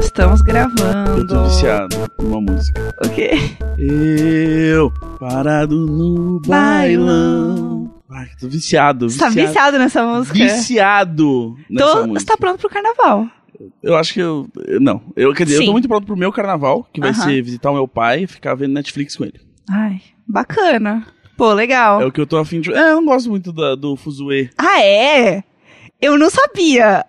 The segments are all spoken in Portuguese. Estamos gravando. Eu tô viciado numa música. O quê? Eu, parado no bailão. Bailão. Ai, tô viciado, Você tá viciado. viciado nessa música? Viciado nessa Tô, você música. tá pronto pro carnaval. Eu acho que eu. eu- Não. Eu, quer dizer, eu Sim. tô muito pronto pro meu carnaval, que vai Aham. ser visitar o meu pai e ficar vendo Netflix com ele. Ai, bacana. Pô, legal. É o que eu tô afim de. É, eu não gosto muito da- do Fuzue. Ah, é? Eu não sabia.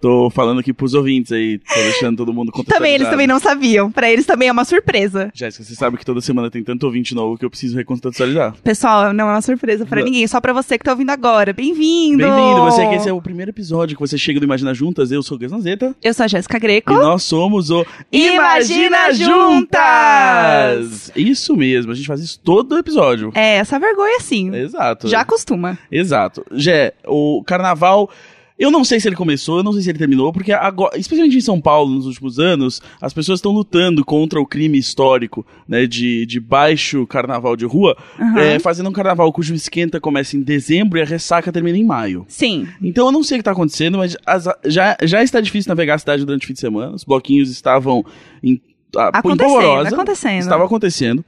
Tô falando aqui pros ouvintes aí, tô deixando todo mundo contextualizado. Também, eles também não sabiam. Pra eles também é uma surpresa. Jéssica, você sabe que toda semana tem tanto ouvinte novo que eu preciso recontextualizar. Pessoal, não é uma surpresa pra Não. ninguém, só pra você que tá ouvindo agora. Bem-vindo! Bem-vindo! Você que esse é o primeiro episódio que você chega do Imagina Juntas, eu sou o Gaznazeta. Eu sou a Jéssica E Greco. nós somos o Imagina Juntas! Isso mesmo, a gente faz isso todo episódio. É, essa vergonha sim. Exato. Já acostuma. Exato. Jé, o carnaval. Eu não sei se ele começou, eu não sei se ele terminou, porque agora, especialmente em São Paulo, nos últimos anos, as pessoas estão lutando contra o crime histórico, né, de, de baixo carnaval de rua, Aham. é, fazendo um carnaval cujo esquenta começa em dezembro e a ressaca termina em maio. Sim. Então eu não sei o que tá acontecendo, mas as- já, já está difícil navegar a cidade durante o fim de semana. Os bloquinhos estavam em, ah, em Acontecendo, polvorosa. acontecendo. Estava acontecendo.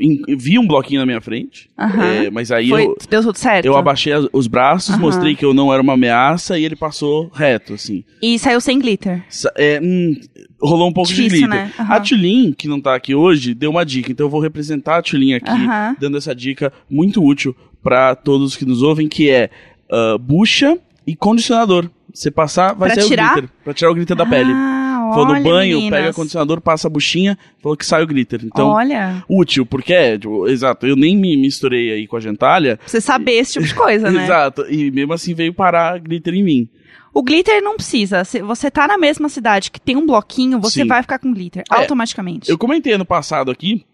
Em- Vi um bloquinho na minha frente, Aham. é, mas aí Foi, eu, deu tudo certo. eu abaixei as- os braços, Aham. mostrei que eu não era uma ameaça e ele passou reto, assim. E saiu sem glitter. Sa- é, hum, rolou um pouco de Difícil, glitter. né? Aham. A Tulin, que não tá aqui hoje, deu uma dica, então eu vou representar a Tulin aqui, Aham. dando essa dica muito útil pra todos que nos ouvem, que é ah, bucha e condicionador. Você passar, vai Pra sair tirar? o glitter, pra tirar o glitter da pele. Ah, Falou olha, no banho, meninas. pega o condicionador, passa a buchinha, falou que sai o glitter. Então, Olha, útil, porque é, tipo, exato, eu nem me misturei aí com a gentalha, pra você saber esse tipo de coisa, né? Exato, e mesmo assim veio parar glitter em mim. O glitter não precisa. Se você tá na mesma cidade que tem um bloquinho, você Sim. vai ficar com glitter, É. automaticamente. Eu comentei ano passado aqui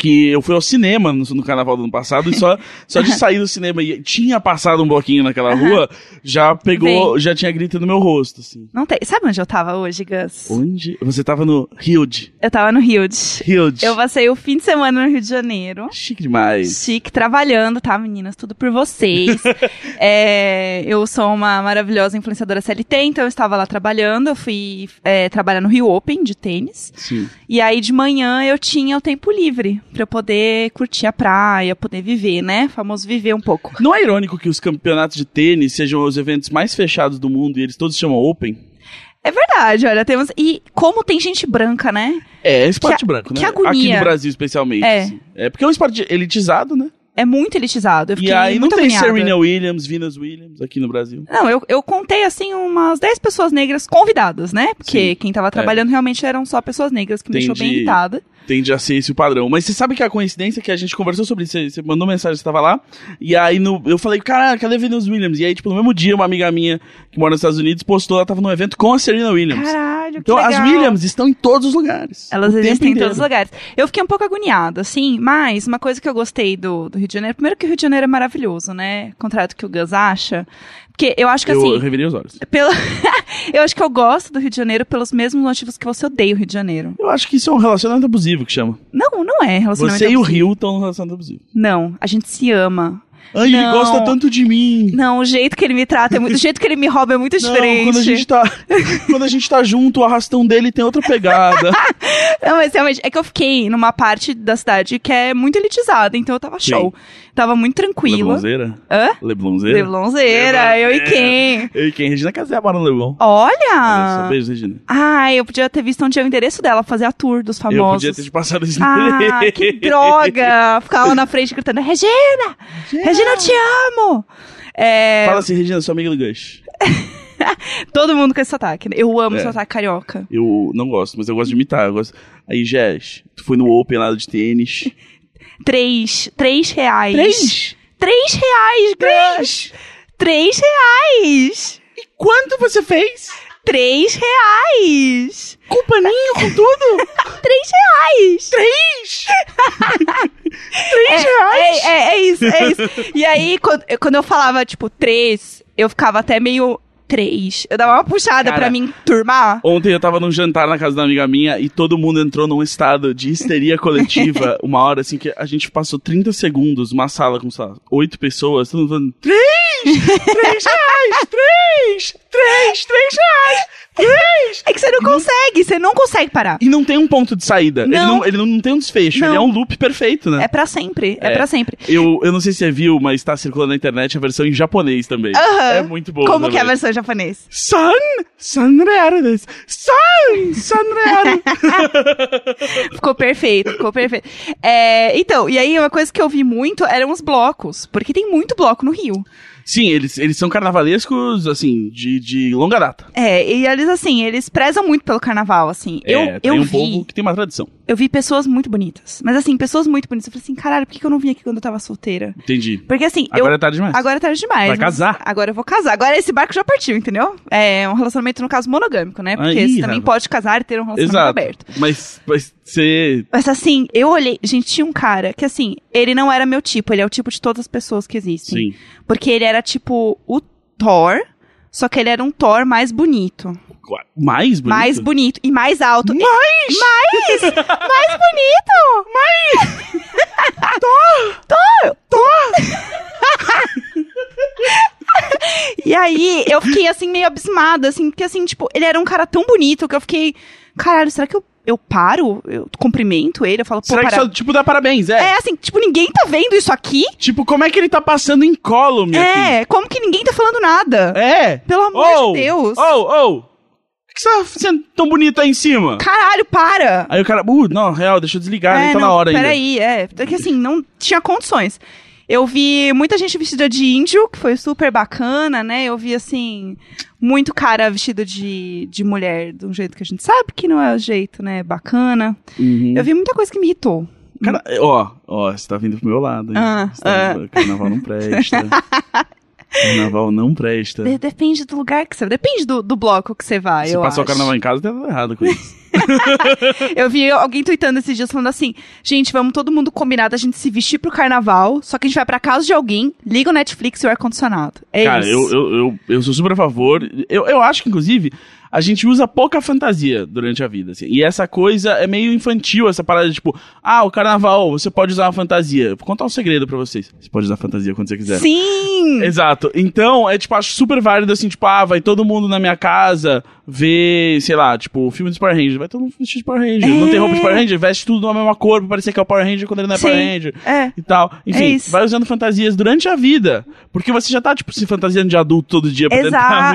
que eu fui ao cinema no, no carnaval do ano passado e só, só de sair do cinema e tinha passado um bloquinho naquela rua, já pegou, já tinha glitter no meu rosto, assim. Não tem. Sabe onde eu tava hoje, Gus? Onde? Você tava no Hilde. Eu tava no Rio de... Hilde. Eu passei o fim de semana no Rio de Janeiro. Chique demais. Chique, trabalhando, tá, meninas? Tudo por vocês. É, eu sou uma maravilhosa influenciadora CLT, então eu estava lá trabalhando. Eu fui é, trabalhar no Rio Open de tênis. Sim. E aí de manhã eu tinha o tempo livre pra eu poder curtir a praia, poder viver, né? Famoso viver um pouco. Não é irônico que os campeonatos de tênis sejam os eventos mais fechados do mundo e eles todos se chamam Open? É verdade, olha, temos. E como tem gente branca, né? É, é esporte branco, né? que agonia. Aqui no Brasil, especialmente. É. assim. é porque é um esporte elitizado, né? É muito elitizado. Eu E fiquei aí não muito tem agoniada. Serena Williams, Venus Williams aqui no Brasil. Não, eu, eu contei, assim, umas 10 pessoas negras convidadas, né? Porque Sim, É. quem tava trabalhando realmente eram só pessoas negras, que me deixou bem Entendi. irritada. Tende a ser esse o padrão. Mas você sabe que a coincidência é que a gente conversou sobre isso, você mandou mensagem, você tava lá, e aí no, eu falei, cara, cadê Venus Williams? E aí, tipo, no mesmo dia, uma amiga minha que mora nos Estados Unidos postou, ela tava num evento com a Serena Williams. Caralho, que então as legal. Williams estão em todos os lugares. Elas o tempo existem em inteiro. todos os lugares. Eu fiquei um pouco agoniada, assim, mas uma coisa que eu gostei do, do Rio de Janeiro, primeiro que o Rio de Janeiro é maravilhoso, né? Contrário do que o Gus acha. Porque eu acho que Eu, eu assim. revirei os olhos. Pelo... eu acho que eu gosto do Rio de Janeiro pelos mesmos motivos que você odeia o Rio de Janeiro. Eu acho que isso é um relacionamento abusivo que chama. Não, não é relacionamento. Você e o abusivo. Rio estão num relacionamento abusivo. Não, a gente se ama. Ai, ele Não. gosta tanto de mim. Não, o jeito que ele me trata é muito. o jeito que ele me rouba é muito diferente. quando a gente tá. quando a gente tá junto, o arrastão dele tem outra pegada. Não, mas realmente, é que eu fiquei numa parte da cidade que é muito elitizada, então eu tava Sim. show. Tava muito tranquila. Leblonzeira? Hã? Leblonzeira? Leblonzeira, eu e quem? Eu e quem? Regina Casé mora no Leblon. Olha só, Olha! Beijo, Regina. Ai, eu podia ter visto onde é o endereço dela, fazer a tour dos famosos. Eu podia ter te passado esse Ah, que droga! Ficava lá na frente gritando, Regina! Regina, eu te amo! É, Fala assim, Regina, sou amiga do Gush. todo mundo com esse sotaque. né? Eu amo É. esse sotaque carioca. Eu não gosto, mas eu gosto de imitar. Eu gosto... Aí, Jess, tu foi no Open lá de tênis. Três, três reais. Três reais, Gus! Três? Três reais! E quanto você fez? Três reais! Com paninho, com tudo? Três reais! Três? É, É, é- é isso, é isso. E aí, quando, eu- quando eu falava, tipo, três, eu ficava até meio três. Eu dava uma puxada Cara. pra mim turmar. Ontem eu tava num jantar na casa da amiga minha e todo mundo entrou num estado de histeria coletiva, uma hora assim que a gente passou 30 segundos, uma sala com, sei lá, oito pessoas, todo mundo falando, três! Três reais! Três! Três! Três reais! Três! É que você não consegue, você não consegue parar. E não tem um ponto de saída. Ele, Não. não, ele não tem um desfecho. Não. Ele é um loop perfeito, né? É pra sempre, é, É. pra sempre. Eu, eu não sei se você viu, mas tá circulando na internet a versão em japonês também. Aham. É muito boa. Como que é a também. versão japonesa? San, sanrearu desu. San, sanrearu. Ficou perfeito, ficou perfeito. É, então, e aí uma coisa que eu vi muito eram os blocos, porque tem muito bloco no Rio. Sim, eles, eles são carnavalescos, assim, de, de longa data. É, e eles assim, eles prezam muito pelo carnaval, assim. é, eu tem eu um vi, povo que tem uma tradição. eu vi pessoas muito bonitas. Mas assim, pessoas muito bonitas. Eu falei assim, caralho, por que que eu não vim aqui quando eu tava solteira? Entendi. Porque assim, eu Agora é tarde demais. Agora é tarde demais. Vai mas casar. Agora eu vou casar. Agora esse barco já partiu, entendeu? É um relacionamento, no caso, monogâmico, né? Porque Aí, você também rapaz. pode casar e ter um relacionamento Exato. aberto. Mas, mas você. Mas assim, eu olhei. Gente, tinha um cara que assim, ele não era meu tipo, ele é o tipo de todas as pessoas que existem. Sim. Porque ele era tipo o Thor. Só que ele era um Thor mais bonito. Mais bonito. Mais bonito e mais alto. Mais! Mais! mais bonito! Mais! Thor! Thor! e aí, eu fiquei assim, meio abismada, assim, porque assim, tipo, ele era um cara tão bonito que eu fiquei, caralho, será que eu, eu paro? Eu cumprimento ele? Eu falo, pô, Será que para- só, tipo, dá parabéns? É. É assim, tipo, ninguém tá vendo isso aqui? Tipo, como é que ele tá passando em colo, minha filha? É, como que ninguém tá falando nada? É. Pelo amor de Deus! Oh, oh. Por que você tá sendo tão bonito aí em cima? Caralho, para! Aí o cara, uh, não, real, deixa eu desligar, é, nem tá não, na hora ainda. peraí, é. Porque assim, não tinha condições. Eu vi muita gente vestida de índio, que foi super bacana, né? Eu vi, assim, muito cara vestido de, de mulher, de um jeito que a gente sabe que não é o jeito, né? Bacana. Uhum. Eu vi muita coisa que me irritou. Cara, ó, ó, você tá vindo pro meu lado, hein? Ah, Você tá- Carnaval não presta. carnaval não presta. De- depende do lugar que você Depende do, do bloco que você vai, Se eu passar o acho. carnaval em casa, tá tudo errado com isso. Eu vi alguém tweetando esses dias falando assim: gente, vamos todo mundo combinar da gente se vestir pro carnaval, só que a gente vai pra casa de alguém, liga o Netflix e o ar-condicionado. É Cara, isso. eu, eu, eu, eu sou super a favor. Eu, eu acho que, inclusive, a gente usa pouca fantasia durante a vida. assim. E essa coisa é meio infantil, essa parada de tipo, ah, o carnaval, você pode usar uma fantasia. Vou contar um segredo pra vocês. Você pode usar fantasia quando você quiser. Sim! Exato. Então, é tipo, acho super válido assim, tipo, ah, vai todo mundo na minha casa ver, sei lá, tipo, o filme dos Power Rangers. Vai todo mundo vestir de Power Ranger. Não tem roupa de Power Ranger, veste tudo na mesma cor pra parecer que é o Power Ranger quando ele não é É. Sim. Power Ranger. É. E tal. É Enfim, isso. vai usando fantasias durante a vida. Porque você já tá, tipo, se fantasiando de adulto todo dia pra tentar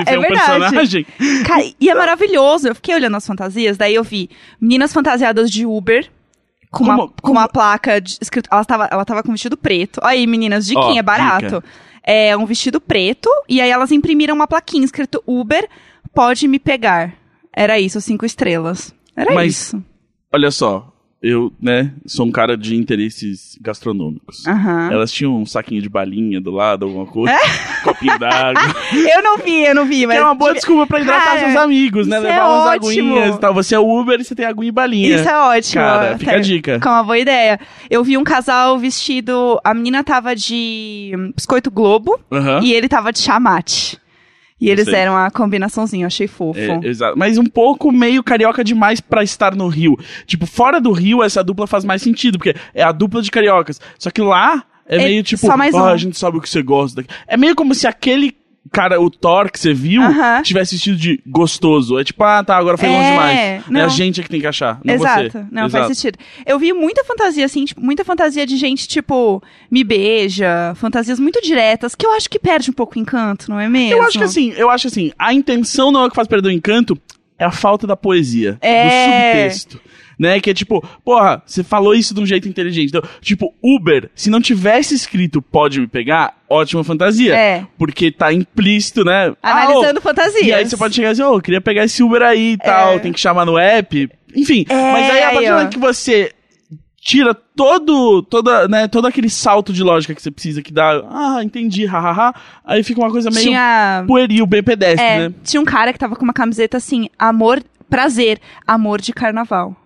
Exato, viver é um verdade. personagem. Cara, e é maravilhoso. Eu fiquei olhando as fantasias, daí eu vi meninas fantasiadas de Uber. Com, uma, Como- com uma placa de, escrito. Ela tava, ela tava com um vestido preto. Aí, meninas, de Ó, quem? É barato. É um vestido preto. E aí elas imprimiram uma plaquinha escrito Uber, pode me pegar. Era isso, cinco estrelas. Era Mas- isso. Olha só, eu, né, sou um cara de interesses gastronômicos. Aham. Elas tinham um saquinho de balinha do lado, alguma coisa, um copinho d'água. Eu não vi, eu não vi, mas. Que é uma boa desculpa pra hidratar Cara, seus amigos, né? isso Levar é umas ótimo. aguinhas e tal. Você é o Uber e você tem aguinha e balinha. Isso é ótimo. Cara, fica tá- a dica. Com uma boa ideia. Eu vi um casal vestido. A menina tava de hum, biscoito globo. Aham. E ele tava de chamate. E Eu eles sei. deram a combinaçãozinha, eu achei fofo. É, exato. Mas um pouco meio carioca demais pra estar no Rio. Tipo, fora do Rio, essa dupla faz mais sentido, porque é a dupla de cariocas. Só que lá é, É meio tipo, só mais "Ah, um." a gente sabe o que você gosta daqui. É meio como se aquele cara, o Thor que você viu, Aham. tivesse vestido de gostoso. É tipo, ah, tá, agora foi longe É, demais. É não. a gente que tem que achar, não Exato, você. não Exato. faz sentido. Eu vi muita fantasia, assim, tipo, muita fantasia de gente, tipo, me beija, fantasias muito diretas, que eu acho que perde um pouco o encanto, não é mesmo? Eu acho que assim, eu acho assim, a intenção não é o que faz perder o encanto, é a falta da poesia, É. do subtexto. Né, que é tipo, porra, você falou isso de um jeito inteligente. Então, tipo, Uber, se não tivesse escrito pode me pegar, ótima fantasia. É. Porque tá implícito, né? Ah, ô, Analisando fantasias. e aí você pode chegar assim, ô, eu queria pegar esse Uber aí e tal, tem que chamar no app. Enfim, É, mas aí a aí, partir do ó. momento que você tira todo, toda, né, todo aquele salto de lógica que você precisa, que dá, ah, entendi, hahaha, aí fica uma coisa meio Tinha. pueril, bem pedestre, é, né? Tinha um cara que tava com uma camiseta assim, amor, prazer, amor de carnaval.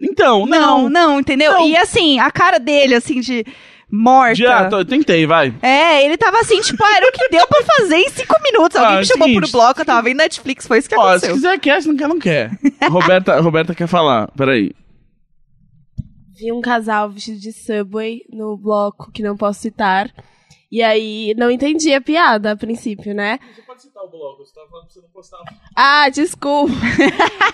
Então, Não, não. não, entendeu? Não. E assim, a cara dele, assim, de morta. Já, tô- tentei, vai. É, ele tava assim, tipo, ah, era o que deu pra fazer em cinco minutos. Alguém Ah, me chamou seguinte. pro bloco, eu tava vendo Netflix, foi isso que Ó, se aconteceu. quiser, quer, se não quer, não quer. Roberta, Roberta quer falar, peraí. Vi um casal vestido de Subway no bloco que não posso citar. E aí, não entendi a piada a princípio, né? Você pode citar o bloco, você tava falando pra você não postar. Ah, desculpa.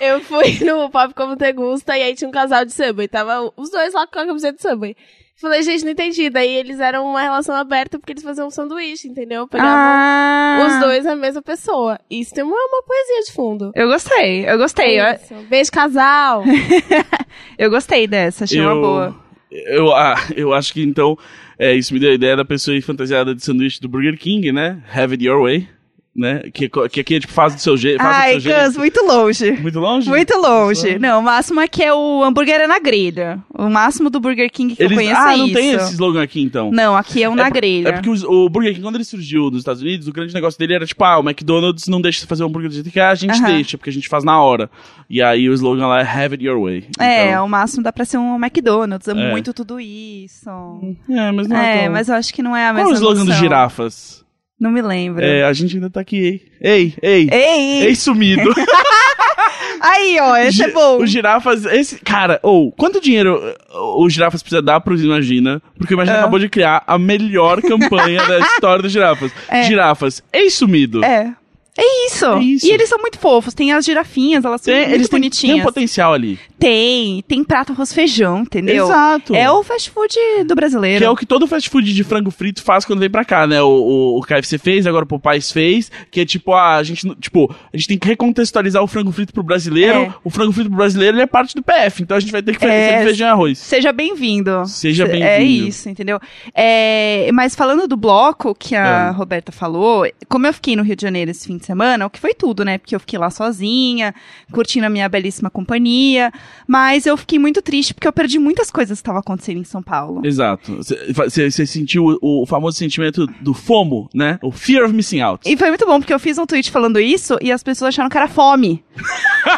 eu fui no Pop Como Te Gusta e aí tinha um casal de Subway. Tava os dois lá com a camiseta de Subway. Falei, gente, não entendi. Daí eles eram uma relação aberta porque eles faziam um sanduíche, entendeu? Pegavam Ah, os dois na mesma pessoa. Isso tem uma, uma poesia de fundo. É Eu gostei, eu gostei. Eu, Isso. Beijo, casal. eu gostei dessa, achei uma boa. Eu, ah, eu acho que então, é, isso me deu a ideia da pessoa ir fantasiada de sanduíche do Burger King, né? Have it your way, né? Que, co- que aqui é tipo, faz do seu jeito, faz Ai, do seu jeito. Gus, muito longe. Muito longe? Muito longe. Isso. Não, o máximo é que é o hambúrguer é na grelha. O máximo do Burger King que eu Eles, conheço ah, é não isso. tem esse slogan aqui então. Não, aqui é o na por- grelha. É porque os- o Burger King, quando ele surgiu nos Estados Unidos, o grande negócio dele era tipo, ah, o McDonald's não deixa você fazer o hambúrguer do jeito que a gente Aham. deixa, porque a gente faz na hora. E aí o slogan lá é Have it your way. É, Então, o máximo dá pra ser um McDonald's. É É. muito tudo isso. é mas não é, É, tão- mas eu acho que não é a Qual mesma é o slogan dos noção. girafas? Não me lembro. É, a gente ainda tá aqui, ei. Ei, ei. Ei! Ei sumido. Aí, ó, esse é Gi- bom. O girafas, esse. Cara, ou quanto dinheiro o, o girafas precisa dar pro Imagina? Porque o Imagina Ah. acabou de criar a melhor campanha da história dos girafas. É. Girafas, ei sumido. É. É isso. É isso. E eles são muito fofos. Tem as girafinhas, elas são Tem- muito eles têm, têm um bonitinhas. potencial ali. tem, tem prato arroz feijão, entendeu? Exato. É o fast food do brasileiro. Que é o que todo fast food de frango frito faz quando vem pra cá, né? O, o, o KFC fez, agora o Popeyes fez, que é tipo, ah, a gente, não- tipo, a gente tem que recontextualizar o frango frito pro brasileiro. É. O frango frito pro brasileiro ele é parte do PF, então a gente vai ter que fazer É. sempre feijão e arroz. Seja bem-vindo. Seja É bem-vindo. isso, entendeu? É, mas falando do bloco que a É. Roberta falou, como eu fiquei no Rio de Janeiro esse fim de semana, o que foi tudo, né? Porque eu fiquei lá sozinha, curtindo a minha belíssima companhia. Mas eu fiquei muito triste porque eu perdi muitas coisas que estavam acontecendo em São Paulo. Exato. Você sentiu o, o famoso sentimento do FOMO, né? O Fear of Missing Out. E foi muito bom, porque eu fiz um tweet falando isso e as pessoas acharam que era fome.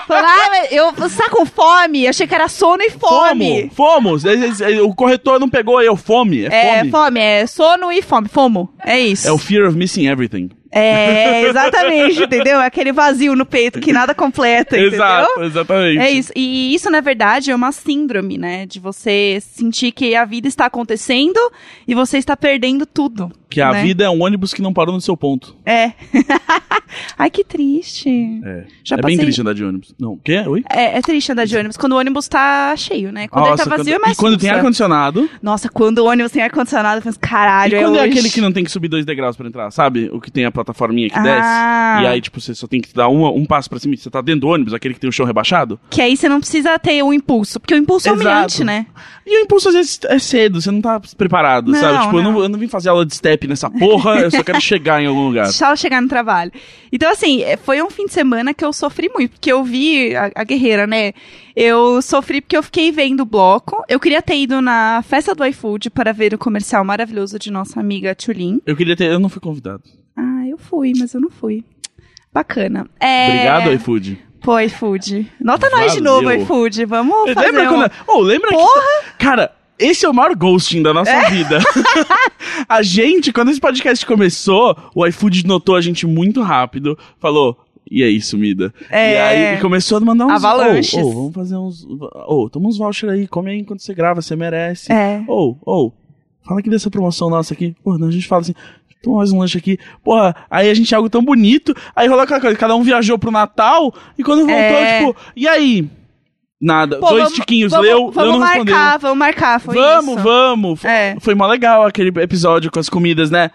Falaram, ah, mas eu você tá com fome? Eu achei que era sono e fome. FOMO! Esse- esse- esse- O corretor não pegou eu, fome. É, É, fome. fome, é sono e fome. Fomo. É isso. É o Fear of Missing Everything. É, exatamente, entendeu? É aquele vazio no peito que nada completa, entendeu? Exato, exatamente. É isso. E isso, na verdade, é uma síndrome, né? De você sentir que a vida está acontecendo e você está perdendo tudo. Que a né? vida é um ônibus que não parou no seu ponto. É. Ai, que triste. É. Já é passei. bem triste andar de ônibus. Não, o quê? Oi? É, é triste andar de ônibus quando o ônibus tá cheio, né? Quando Nossa, ele tá vazio quando- é mais E quando tem sussa. ar-condicionado. Nossa, quando o ônibus tem ar-condicionado, eu penso, E caralho, quando é, hoje. aquele que não tem que subir dois degraus pra entrar, sabe? O que tem a plataforminha que Ah. desce. E aí, tipo, você só tem que dar uma- um passo pra cima. Você tá dentro do ônibus, aquele que tem o chão rebaixado. Que aí você não precisa ter o impulso, porque o impulso é Exato. humilhante, né? E o impulso às vezes é cedo, você não tá preparado, Não, sabe? Tipo, Eu, não. não, eu não vim fazer aula de step nessa porra, eu só quero chegar em algum lugar. Deixa ela chegar no trabalho. Então, assim, eh, foi um fim de semana que eu sofri muito, porque eu vi a, a guerreira, né? Eu sofri porque eu fiquei vendo o bloco. Eu queria ter ido na festa do iFood para ver o comercial maravilhoso de nossa amiga Tulin. Eu queria ter. Eu não fui convidado. Ah, eu fui, mas eu não fui. Bacana. É... Obrigado, iFood. Pô, iFood. Nota nós de novo, Valeu. iFood. Vamos fazer Lembra um... quando. Oh, lembra Porra! É. que. Cara. Esse é o maior ghosting da nossa vida. a gente, quando esse podcast começou, o iFood notou a gente muito rápido, falou. E aí, sumida? É. E aí começou a mandar uns... Avalanches. Ô, ô, vamos fazer uns... Ô, toma uns voucher aí, come aí enquanto você grava, você merece. É. Ou, ou, fala aqui dessa promoção nossa aqui. Porra, não, a gente fala assim, toma mais um lanche aqui. Porra, aí a gente é algo tão bonito. Aí rolou aquela coisa, cada um viajou pro Natal e quando voltou, É. tipo, e aí? Nada, Pô, dois vamos- tiquinhos, vamos, leu, vamos leu não marcar, respondeu. Vamos marcar, foi vamos, isso. vamos. Foi, É. foi mó legal aquele episódio com as comidas, né?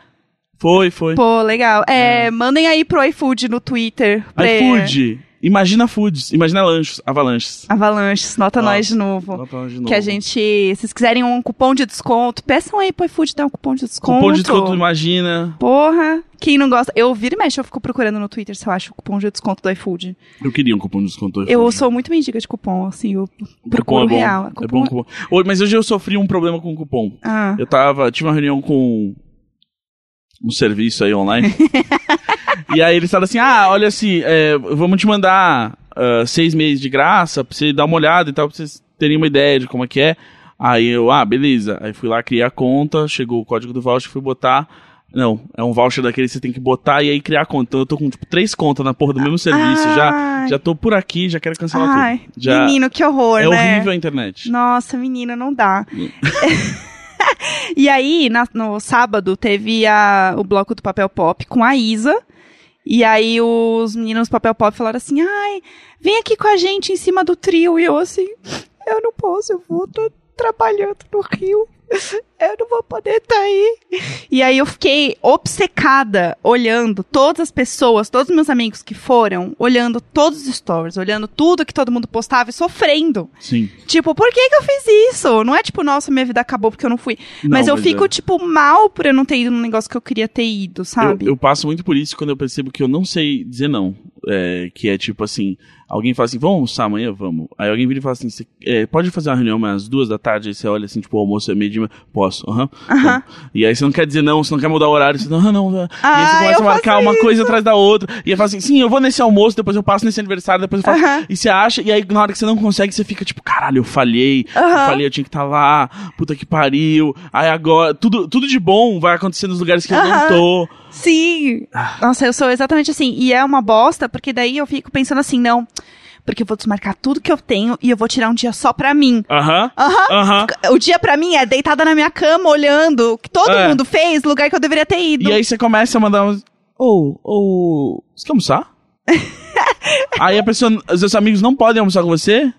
Foi, foi. Pô, legal. É, Mandem aí pro iFood no Twitter. pra- iFood, imagina foods, imagina lanchos, avalanches. Avalanches, nota Nossa, nós de novo. Vamos falar de novo. Que a gente, se vocês quiserem um cupom de desconto, peçam aí pro iFood dar um cupom de desconto. Cupom de desconto, imagina. Porra, quem não gosta. Eu vira e mexe, eu fico procurando no Twitter se eu acho o cupom de desconto do iFood. Eu queria um cupom de desconto. iFood. Eu sou muito mendiga de cupom, assim, eu Cupom procuro é bom. real. É bom cupom. Hoje- Mas hoje eu sofri um problema com o cupom. Ah, Eu tava, tive uma reunião com um serviço aí online. e aí eles falaram assim: ah, olha assim, é, vamos te mandar ah, seis meses de graça pra você dar uma olhada e tal, pra vocês terem uma ideia de como é que é. Aí eu, ah, beleza. Aí fui lá, criei a conta, chegou o código do voucher, fui botar. Não, é um voucher daquele que você tem que botar e aí criar a conta. Então eu tô com, tipo, três contas na porra do mesmo serviço. Já, Ai. já tô por aqui, já quero cancelar Ai, tudo. Já, menino, que horror, é né? horrível a internet. Nossa, menina, não dá. E aí, na- no sábado, teve a- o bloco do papel pop com a Isa. E aí os meninos do papel pop falaram assim: ai, vem aqui com a gente em cima do trio. E eu assim, eu não posso, eu vou, tô trabalhando no Rio. Eu não vou poder estar aí. E aí eu fiquei obcecada, olhando todas as pessoas, todos os meus amigos que foram, olhando todos os stories, olhando tudo que todo mundo postava e sofrendo. Sim. Tipo, por que que eu fiz isso? Não é tipo, nossa, minha vida acabou porque eu não fui. mas Não, eu fico, é. tipo, mal por eu não ter ido num negócio que eu queria ter ido, Eu, sabe? eu passo muito por isso quando eu percebo que eu não sei dizer não. É, que é tipo assim, alguém fala assim, vamos almoçar amanhã? Vamos. Aí alguém vira e fala assim, "Cê, é, pode fazer uma reunião umas duas da tarde? Aí você olha assim, tipo, o almoço é meio de... Posso, aham. Aham. E aí você não quer dizer não, você não quer mudar o horário, você não, ah, não. ah." e aí você Ah, eu começa a marcar faço uma coisa atrás da outra. E aí fala assim, sim, eu vou nesse almoço, depois eu passo nesse aniversário, depois eu faço. Aham. E você acha, e aí na hora que você não consegue, você fica tipo, caralho, eu falhei, eu Aham. falhei, eu tinha que estar lá, puta que pariu. Aí agora, tudo, tudo de bom vai acontecer nos lugares que eu não Aham. tô. Sim! Ah. Nossa, eu sou exatamente assim. E é uma bosta, porque daí eu fico pensando assim, não, porque eu vou desmarcar tudo que eu tenho e eu vou tirar um dia só pra mim. Aham, Aham. aham. O dia pra mim é deitada na minha cama, olhando o que todo Ah. É. mundo fez, lugar que eu deveria ter ido. E aí você começa a mandar uns. Ou, ou. Você quer almoçar? aí a pessoa. Os seus amigos não podem almoçar com você?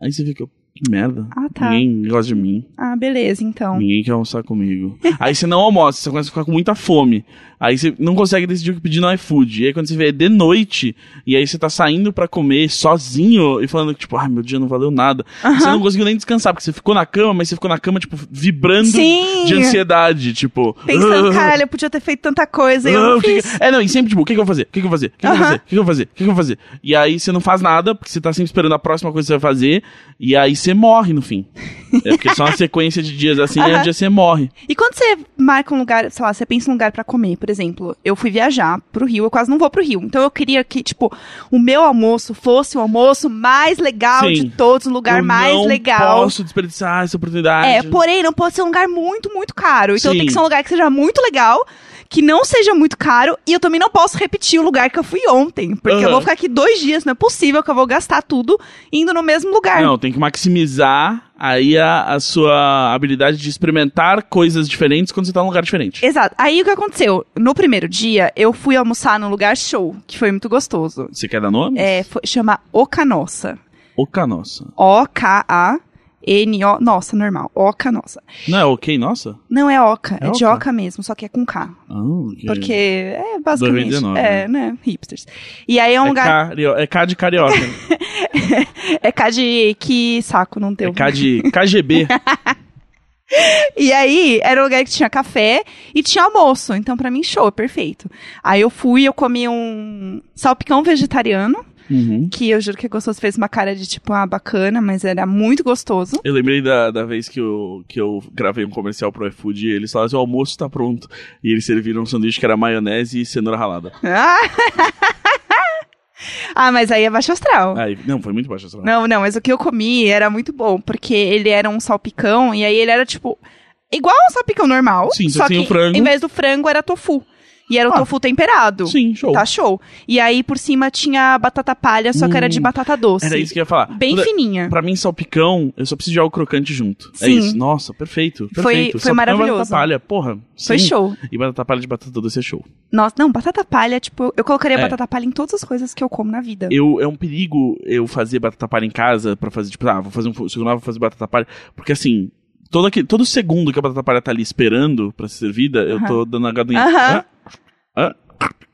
Aí você fica. Que merda. Ah, tá. Ninguém gosta de mim. Ah, beleza, então. Ninguém quer almoçar comigo. aí você não almoça, você começa a ficar com muita fome. Aí você não consegue decidir o que pedir no iFood. E aí quando você vê é de noite, e aí você tá saindo pra comer sozinho e falando, tipo, ai meu dia não valeu nada. E Você não conseguiu nem descansar, porque você ficou na cama, mas você ficou na cama, tipo, vibrando Sim! de ansiedade. Tipo. Pensando, "Ah, caralho, eu podia ter feito tanta coisa e eu não, não o que que- fiz. É, não, e sempre tipo, o que, que eu vou fazer? O que, que eu vou fazer? O que, que eu vou Aham. fazer? O que, que eu vou fazer? O que, que eu vou fazer? E aí você não faz nada, porque você tá sempre esperando a próxima coisa que você vai fazer, e aí você morre no fim. É porque só uma sequência de dias assim, e aí um Aham. dia você morre. E quando você marca um lugar, sei lá, você pensa em um lugar pra comer, por exemplo, eu fui viajar pro Rio, eu quase não vou pro Rio. Então eu queria que, tipo, o meu almoço fosse o almoço mais legal Sim. de todos, um lugar eu mais não legal. posso desperdiçar essa oportunidade. É, porém, não pode ser um lugar muito, muito caro. Então Sim. tem que ser um lugar que seja muito legal, que não seja muito caro, e eu também não posso repetir o lugar que eu fui ontem. Porque eu Aham. vou ficar aqui dois dias, não é possível que eu vou gastar tudo indo no mesmo lugar. Não, tem que maximizar aí a, a sua habilidade de experimentar coisas diferentes quando você tá num lugar diferente. Exato. Aí o que aconteceu? No primeiro dia, eu fui almoçar num lugar show, que foi muito gostoso. Você quer dar nome? É, foi, chama Oca Nossa. Oca nossa. O-K-A-N-O. Nossa, normal. Oca Nossa. Não é ok, nossa? Não é Oca, é, É de Oca? Oca mesmo, só que é com K. Ah, ok. Porque é basicamente. 2019, é, né? Hipsters. E aí é um É, lugar. cario- é K de carioca. né? É K de. Que saco, não deu. É K de KGB. E aí era um lugar que tinha café e tinha almoço. Então, pra mim, show, perfeito. Aí eu fui, eu comi um salpicão vegetariano, Uhum. que eu juro que é gostoso. Fez uma cara de tipo, ah, bacana, mas era muito gostoso. Eu lembrei da, da vez que eu, que eu gravei um comercial pro iFood e eles falaram assim, o almoço tá pronto. E eles serviram um sanduíche que era maionese e cenoura ralada. ah, mas aí é baixo astral. Aí, não, foi muito baixo essa Não, não, mas o que eu comi era muito bom, porque ele era um salpicão, e aí ele era tipo. Igual um salpicão normal. Sim, só só sem que o frango. em vez do frango era tofu. E era o Ah. tofu temperado. Sim, show. Tá show. E aí por cima tinha batata palha, só que era de Hum, batata doce. Era isso que eu ia falar. Bem Toda- fininha. Pra mim, salpicão, eu só preciso de algo crocante junto. É Sim. isso. Nossa, perfeito. perfeito. Foi- foi Salpicão e maravilhoso. Batata palha, porra. Foi sim. show. E batata palha de batata doce é show. Nossa, não, batata palha, tipo, eu colocaria É. batata palha em todas as coisas que eu como na vida. Eu, é um perigo eu fazer batata palha em casa pra fazer, tipo, ah, vou fazer um fu- segundo, lá, vou fazer batata palha. Porque assim, todo, aquele, todo segundo que a batata palha tá ali esperando pra ser servida, eu tô dando a gadinha. Aham. Ah,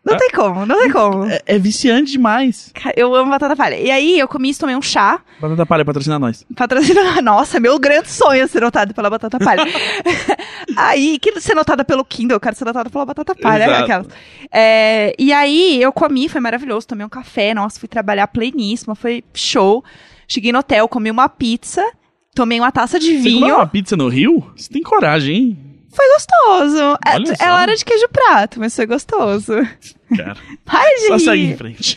Não tem como, não tem como. ah, é, é viciante demais. Ca- Eu amo batata palha. E aí eu comi isso, tomei um chá. Batata palha patrocina nós. Patrocina. Nossa, meu grande sonho é ser notado pela batata palha. aí, quero ser notada pelo Kindle, eu quero ser notada pela batata palha. né, Exato. Aquelas. É, e aí, eu comi, foi maravilhoso. Tomei um café, nossa, fui trabalhar pleníssima, foi show. Cheguei no hotel, comi uma pizza, tomei uma taça de Você comeu vinho. uma pizza no Rio? Você tem coragem, hein? Foi gostoso. É, Olha só. Ela era de queijo prato, mas foi gostoso. Cara, Ai, só gente, segue em frente.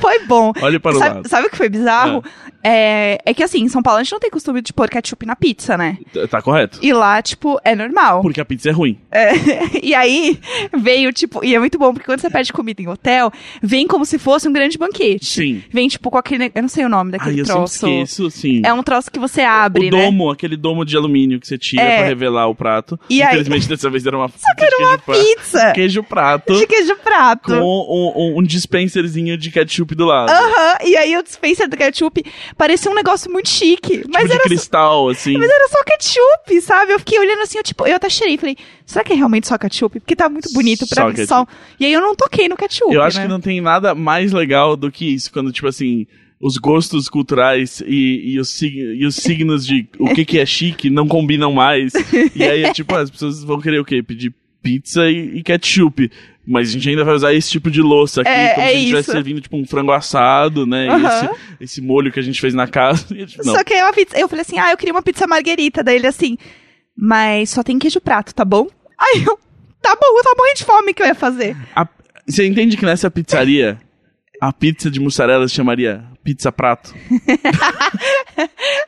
foi bom. Olha para o sabe, lado. sabe o que foi bizarro? É, é que assim, em São Paulo a gente não tem costume de pôr ketchup na pizza, né? Tá- Tá correto. E lá, tipo, é normal. Porque a pizza é ruim. E aí veio, tipo, e é muito bom, porque quando você pede comida em hotel, vem como se fosse um grande banquete. Sim. Vem, tipo, com aquele. Eu não sei o nome Aí daquele eu sempre troço. esqueço, sim. É um troço que você abre, o né? domo, aquele domo de alumínio que você tira É. pra revelar o prato. E aí- Infelizmente, dessa vez era uma Só que era uma queijo, Pizza! pra... queijo prato De queijo prato. com um, um- um dispenserzinho de ketchup do lado. Aham, e aí o dispenser do ketchup parecia um negócio muito chique. mas tipo de era cristal, assim. Mas era É só ketchup, sabe? Eu fiquei olhando assim, eu, tipo, eu até cheirei, falei, será que é realmente só ketchup? Porque tá muito bonito pra Só mim ketchup. só. E aí eu não toquei no ketchup. Eu acho né? que não tem nada mais legal do que isso, quando, tipo assim, os gostos culturais e, e os, sig- e os signos de o que, que é chique não combinam mais. E aí, é tipo, ah, as pessoas vão querer o quê? Pedir pizza e, e ketchup. Mas a gente ainda vai usar esse tipo de louça aqui, É, como é se a gente estivesse isso. servindo, tipo, um frango assado, né? E Aham. esse, esse molho que a gente fez na casa. E, tipo, não. Só que aí uma pizza. Eu falei assim, ah, eu queria uma pizza marguerita. Daí ele assim, mas só tem queijo prato, tá bom? Aí eu, tá bom, eu tava morrendo de fome o que eu ia fazer. A- você entende que nessa pizzaria, a pizza de mussarela se chamaria pizza prato?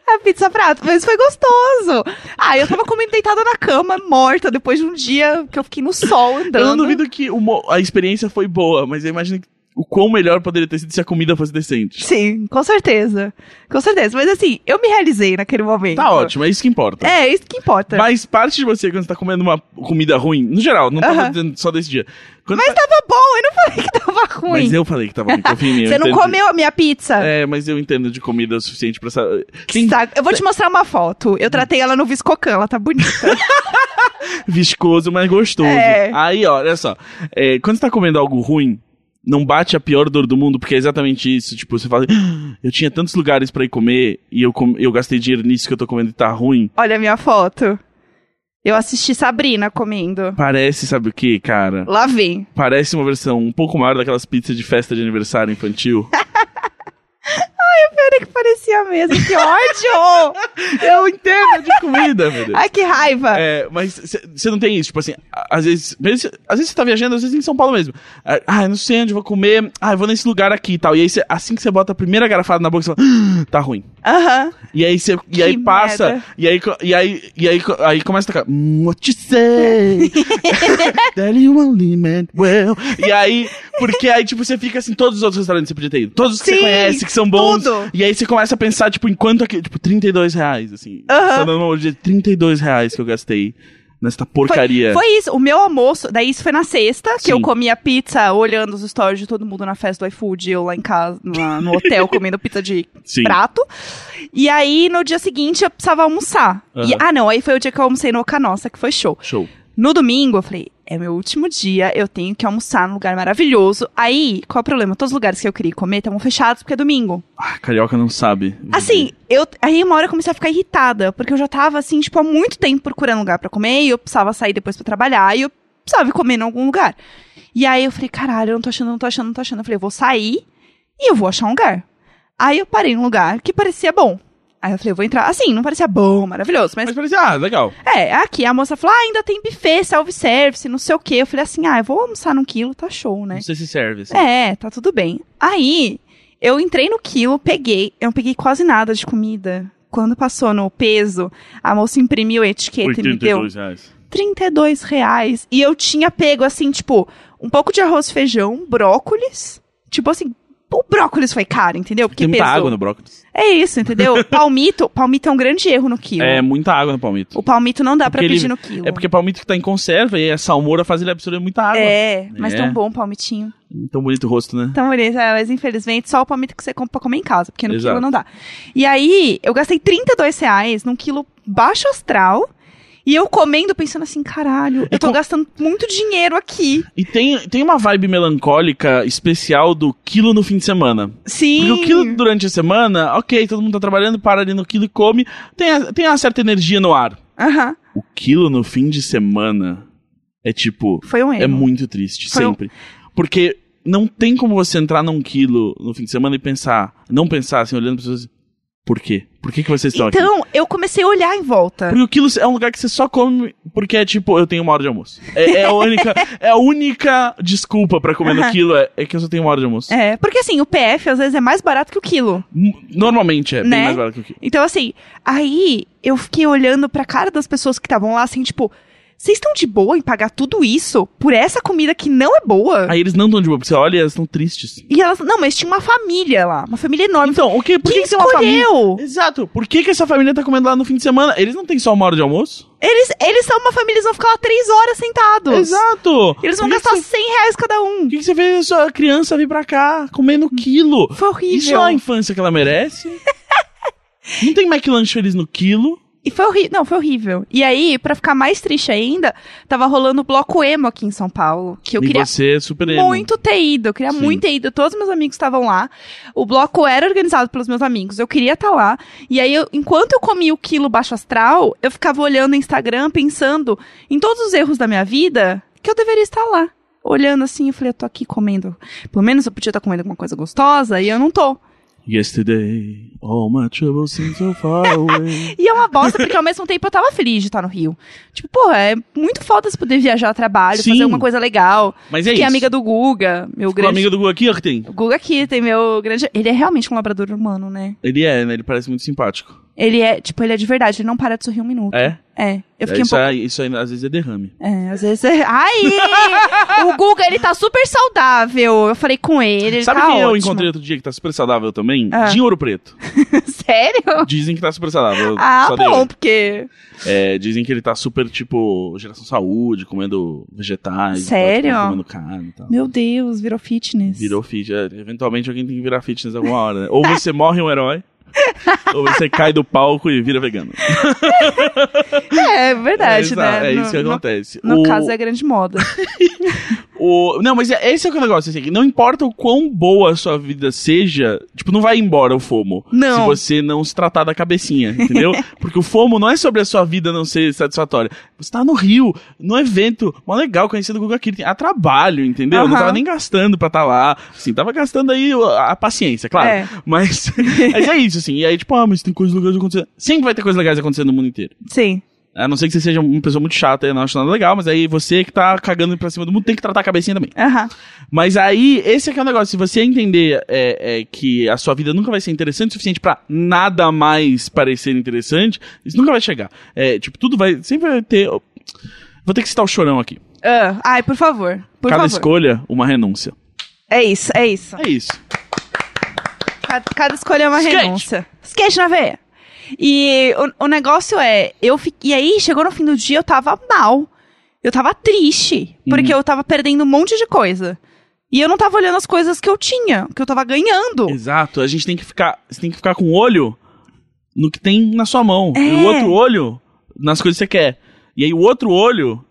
A "É pizza prato, mas foi gostoso. Ah, eu tava comendo deitada na cama, morta, depois de um dia que eu fiquei no sol andando. Eu não duvido que o mo- a experiência foi boa, mas eu imagino que o quão melhor poderia ter sido se a comida fosse decente. Sim, com certeza. Com certeza. Mas assim, eu me realizei naquele momento. Tá ótimo, é isso que importa. É, isso que importa. Mas parte de você, quando você tá comendo uma comida ruim, no geral, não tava Aham. dizendo só desse dia. Quando Mas tá- tava bom, eu não falei que tava ruim. mas eu falei que tava ruim, confia em mim. eu Você não entendo de- comeu a minha pizza? É, mas eu entendo de comida o suficiente pra saber. Tem Saco. Eu vou te mostrar uma foto. Eu tratei ela no Viscocan, ela tá bonita. viscoso, mas gostoso. É. Aí, ó, olha só. É, quando você tá comendo algo ruim, não bate a pior dor do mundo, porque é exatamente isso. Tipo, você fala, "Ah, eu tinha tantos lugares pra ir comer e eu, com- eu gastei dinheiro nisso que eu tô comendo e tá ruim. Olha a minha foto. Eu assisti Sabrina comendo. Parece, sabe o que, cara? Lá vem. Parece uma versão um pouco maior daquelas pizzas de festa de aniversário infantil. Pera que parecia mesmo. Que ódio! eu entendo de comida, meu Deus. Ai, que raiva. É, mas você não tem isso, tipo assim, a- às vezes, mesmo cê- às vezes você tá viajando, às vezes em São Paulo mesmo. Ah, Ah, eu não sei onde eu vou comer, ah, eu vou nesse lugar aqui e tal. E aí, cê- assim que você bota a primeira garrafada na boca, você fala, "Ah, tá ruim. Aham. E aí você, e Que aí passa, merda. e aí, co- e aí, e aí, co- aí começa a tocar, "Mm, what you say, that you only meant well. E aí, porque aí, tipo, você fica assim, todos os outros restaurantes que você podia ter ido, todos que Sim, você conhece, que são bons. tudo. E aí você começa a pensar, tipo, enquanto aqui, tipo, 32 reais, assim. Aham. Tá dando uma olhada de 32 reais que eu gastei nesta porcaria. Foi isso, o meu almoço, daí isso foi na sexta, que Sim. eu comia pizza olhando os stories de todo mundo na festa do iFood, eu lá em casa, na- no hotel, comendo pizza de Sim. prato. E aí, no dia seguinte, eu precisava almoçar. E- Aham. ah, não, aí foi o dia que eu almocei no Oca Nossa, que foi show. Show. No domingo, eu falei, é meu último dia, eu tenho que almoçar num lugar maravilhoso. Aí, qual é o problema? Todos os lugares que eu queria ir comer estavam fechados, porque é domingo. Ah, carioca não sabe. viver. Assim, eu, aí uma hora eu comecei a ficar irritada, porque eu já tava, assim, tipo, há muito tempo procurando lugar pra comer, e eu precisava sair depois pra trabalhar, e eu precisava ir comer em algum lugar. E aí eu falei, caralho, eu não tô achando, não tô achando, não tô achando. Eu falei, eu vou sair e eu vou achar um lugar. Aí eu parei num lugar que parecia bom. Aí eu falei, eu vou entrar. Assim, não parecia bom, maravilhoso, mas Mas parecia, ah, legal. é, aqui a moça falou, ah, ainda tem buffet, self-service, não sei o quê. Eu falei assim, ah, eu vou almoçar num quilo, tá show, né? Não sei se serve, assim. É, tá tudo bem. Aí, eu entrei no quilo, peguei, eu não peguei quase nada de comida. Quando passou no peso, a moça imprimiu a etiqueta e me deu R$ 82 reais. 32 reais. E eu tinha pego, assim, tipo, um pouco de arroz, feijão, brócolis. Tipo assim, o brócolis foi caro, entendeu? Porque Tem muita pesou. água no brócolis. É isso, entendeu? Palmito, palmito é um grande erro no quilo. É, muita água no palmito. O palmito não dá pra Porque ele- pedir no quilo. É porque palmito que tá em conserva e a salmoura faz ele absorver muita água. É, mas É. tão bom o palmitinho. Tão bonito o rosto, né? Tão bonito, é, mas infelizmente só o palmito que você compra pra comer em casa, porque no Exato. quilo não dá. E aí, eu gastei 32 reais num quilo baixo astral. E eu comendo, pensando assim, caralho, eu tô com- gastando muito dinheiro aqui. E tem, tem uma vibe melancólica especial do quilo no fim de semana. Porque Sim. o quilo durante a semana, ok, todo mundo tá trabalhando, para ali no quilo e come, tem, a- tem uma certa energia no ar. Aham. O quilo no fim de semana é tipo, Foi um erro. é muito triste, Foi um- sempre. Porque não tem como você entrar num quilo no fim de semana e pensar, não pensar assim, olhando para pessoas, Por quê? Por que, que vocês estão aqui? Então, eu comecei a olhar em volta. Porque o Quilos é um lugar que você só come porque é tipo, eu tenho uma hora de almoço. É, é a, única, é a única desculpa pra comer no Aham. Quilo é, é que eu só tenho uma hora de almoço. É, porque assim, o PF às vezes é mais barato que o quilo. N- Normalmente é bem Né? mais barato que o Quilo. Então, assim, aí eu fiquei olhando pra cara das pessoas que estavam lá, assim, tipo, vocês estão de boa em pagar tudo isso por essa comida que não é boa? Aí eles não estão de boa, porque você olha e elas estão tristes. E elas, não, mas tinha uma família lá, uma família enorme. Então, o que, por que, Quem que tem uma família? escolheu? Exato. Por que, que essa família tá comendo lá no fim de semana? Eles não têm só uma hora de almoço? Eles, eles são uma família, eles vão ficar lá três horas sentados. Exato. Eles vão Por que gastar que você- 100 reais cada um. Por que, que você fez a sua criança vir pra cá comendo quilo? Foi Isso horrível. é a infância que ela merece. não tem McLanche feliz no quilo. E foi horrível. Não, foi horrível. E aí, pra ficar mais triste ainda, tava rolando o bloco emo aqui em São Paulo. Que eu e queria você é super emo. muito ter ido. Eu queria Sim. muito ter ido. Todos meus amigos estavam lá. O bloco era organizado pelos meus amigos. Eu queria estar lá. E aí, eu- enquanto eu comia o quilo baixo astral, eu ficava olhando o Instagram, pensando em todos os erros da minha vida que eu deveria estar lá. Olhando assim, eu falei, eu tô aqui comendo. Pelo menos eu podia estar comendo alguma coisa gostosa e eu não tô. Yesterday, all my troubles seem so far away. E é uma bosta, porque ao mesmo tempo eu tava feliz de estar no Rio. Tipo, porra, é muito foda você poder viajar a trabalho, Sim. fazer alguma coisa legal. Mas é que isso. é amiga do Guga, meu Com a grande. amiga do Guga aqui, ó, que tem. O Guga aqui tem meu grande. Ele é realmente um labrador humano, né? Ele é, né? Ele parece muito simpático. Ele é, tipo, ele é de verdade, ele não para de sorrir um minuto. É? É. Eu é fiquei um isso, pouco. aí- isso aí, às vezes é derrame. É, às vezes é. Ai! o Guga, ele tá super saudável. Eu falei com ele. ele Sabe tá quem eu ótimo. encontrei outro dia que tá super saudável também? Ah. Dinho Ouro Preto. Sério? Dizem que tá super saudável. eu Ah, só dei bom, oi. porque. É, dizem que ele tá super, tipo, geração saúde, comendo vegetais. Sério? tá, tipo, Comendo carne e tal. Meu Deus, virou fitness. Virou fitness. é, Eventualmente alguém tem que virar fitness alguma hora, né? Ou você morre um herói, ou você cai do palco e vira vegano. É, verdade, é, né? É No- isso que no- acontece. No O- caso, é grande moda. O... Não, mas é- esse é o negócio, assim, que não importa o quão boa a sua vida seja, tipo, não vai embora o FOMO. Não. Se você não se tratar da cabecinha, entendeu? Porque o FOMO não é sobre a sua vida não ser satisfatória. Você tá no Rio, num evento, mó legal, conhecendo o Google Kirten, a trabalho, entendeu? Não Aham. tava nem gastando pra estar lá, assim, tava gastando aí a, a paciência, claro. É. Mas, mas é isso, assim, e aí, tipo, ah, mas tem coisas legais acontecendo. Sempre vai ter coisas legais acontecendo no mundo inteiro. Sim. A não ser que você seja uma pessoa muito chata e não acha nada legal, mas aí você que tá cagando pra cima do mundo tem que tratar a cabecinha também. Aham. Mas aí, esse é que é o negócio. Se você entender é, é, que a sua vida nunca vai ser interessante o suficiente pra nada mais parecer interessante, isso nunca vai chegar. É, tipo, tudo vai. Sempre vai ter. Vou ter que citar o chorão aqui. Ah, ai, por favor. Por Cada favor. escolha, uma renúncia. É isso, é isso. É isso. Cada, cada escolha é uma Skate. renúncia. Skate na veia. E o, o negócio é, eu fiquei. E aí, chegou no fim do dia, eu tava mal. Eu tava triste. Porque Uhum. eu tava perdendo um monte de coisa. E eu não tava olhando as coisas que eu tinha, que eu tava ganhando. Exato. A gente tem que ficar. Você tem que ficar com o olho no que tem na sua mão. E o É. outro olho nas coisas que você quer. E aí o outro olho.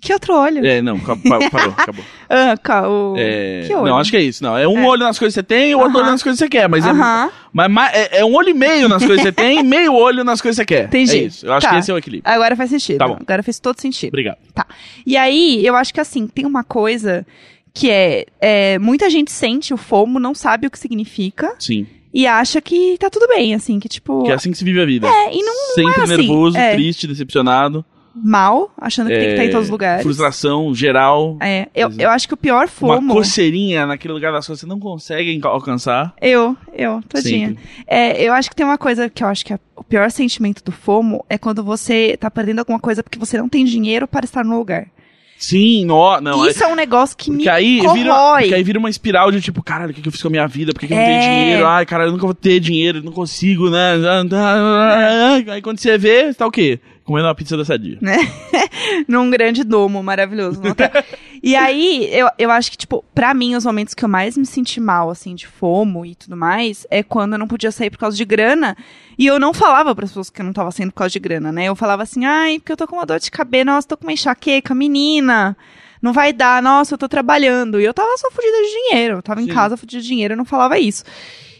Que outro olho? É, não, ca- pa- parou, acabou. Ah, ca- o... É, Que olho? Não, acho que é isso. Não, é um É. olho nas coisas que você tem e o outro Aham. olho nas coisas que você quer. Mas é- Aham. Mas, ma- é, é um olho e meio nas coisas que você tem, e meio olho nas coisas que você quer. Entendi. É isso. Eu acho Tá. que esse é o equilíbrio. Agora faz sentido. Tá bom. Agora fez todo sentido. Obrigado. E aí, eu acho que assim, tem uma coisa que é, é, muita gente sente o fomo, não sabe o que significa Sim. e acha que tá tudo bem, assim, que tipo, Que é assim que se vive a vida. É, e não- Sempre é assim, nervoso, é. triste, decepcionado. mal, achando que tem que é, estar em todos os lugares. Frustração geral. É, eu, Exato. eu acho que o pior Uma fomo. coceirinha naquele lugar da sua que você não consegue enca- alcançar. Eu, eu, tadinha. Sempre. É, eu acho que tem uma coisa que eu acho que é o pior sentimento do fomo é quando você tá perdendo alguma coisa porque você não tem dinheiro para estar no lugar. Sim, no, não. Isso é um negócio que é, me porque, aí vira, corrói. porque aí vira uma espiral de tipo, caralho, o que que eu fiz com a minha vida? Por que, que eu não É. tenho dinheiro? Ai, caralho, eu nunca vou ter dinheiro, não consigo, né? É. Aí quando você vê, você tá o quê? Comendo uma pizza da sadia. num grande domo maravilhoso. no hotel. e aí, eu, eu acho que, tipo, pra mim, os momentos que eu mais me senti mal, assim, de fomo e tudo mais, é quando eu não podia sair por causa de grana. E eu não falava pras pessoas que eu não tava saindo por causa de grana, né? Eu falava assim, ai, porque eu tô com uma dor de cabelo, nossa, tô com uma enxaqueca, menina. Não vai dar, nossa, eu tô trabalhando. E eu tava só fudida de dinheiro. Eu tava em Sim. casa fudida de dinheiro, eu não falava isso.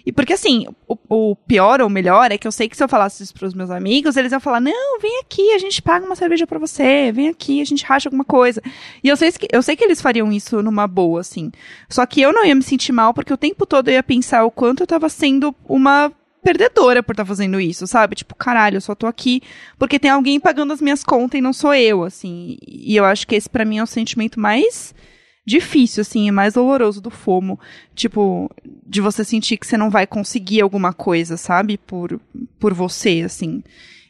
E porque assim, o, o pior ou melhor é que eu sei que se eu falasse isso pros meus amigos, eles iam falar: não, vem aqui, a gente paga uma cerveja pra você, vem aqui, a gente racha alguma coisa. E eu sei, que- eu sei que eles fariam isso numa boa, assim. Só que eu não ia me sentir mal, porque o tempo todo eu ia pensar o quanto eu tava sendo uma perdedora por estar fazendo isso, sabe? Tipo, caralho, eu só tô aqui porque tem alguém pagando as minhas contas e não sou eu, assim. E eu acho que esse pra mim é o sentimento mais difícil, assim, e mais doloroso do FOMO. Tipo, de você sentir que você não vai conseguir alguma coisa, sabe? Por, por você, assim.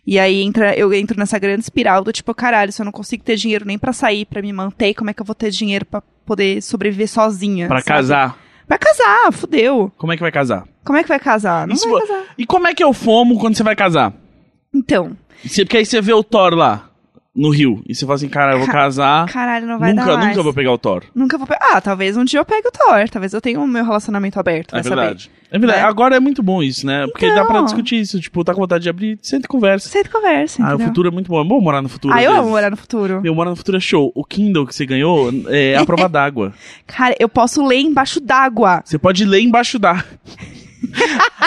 E aí entra, eu entro nessa grande espiral do tipo, caralho, se eu não consigo ter dinheiro nem pra sair, pra me manter, como é que eu vou ter dinheiro pra poder sobreviver sozinha? Pra sabe? casar. Pra casar, fudeu. Como é que vai casar? Como é que vai casar? Não Isso vai vo- casar. E como é que é o fomo quando você vai casar? Então, Você- porque aí você vê o Thor lá, no Rio, e você fala assim, cara, eu vou Ca- casar, caralho, não vai nunca, dar mais. nunca vou pegar o Thor. Nunca vou pe- Ah, talvez um dia eu pegue o Thor. Talvez eu tenha o meu relacionamento aberto, vai É verdade. É verdade. Né? Agora é muito bom isso, né? Porque Então. dá pra discutir isso. Tipo, tá com vontade de abrir, senta e conversa. saber. Você conversa, Ah, o entendeu? futuro é muito bom. É bom morar no futuro. ah, às eu amo vezes. morar no futuro. Meu, morar no futuro é show. O Kindle que você ganhou é a prova d'água. Cara, eu posso ler embaixo d'água. Você pode ler embaixo da.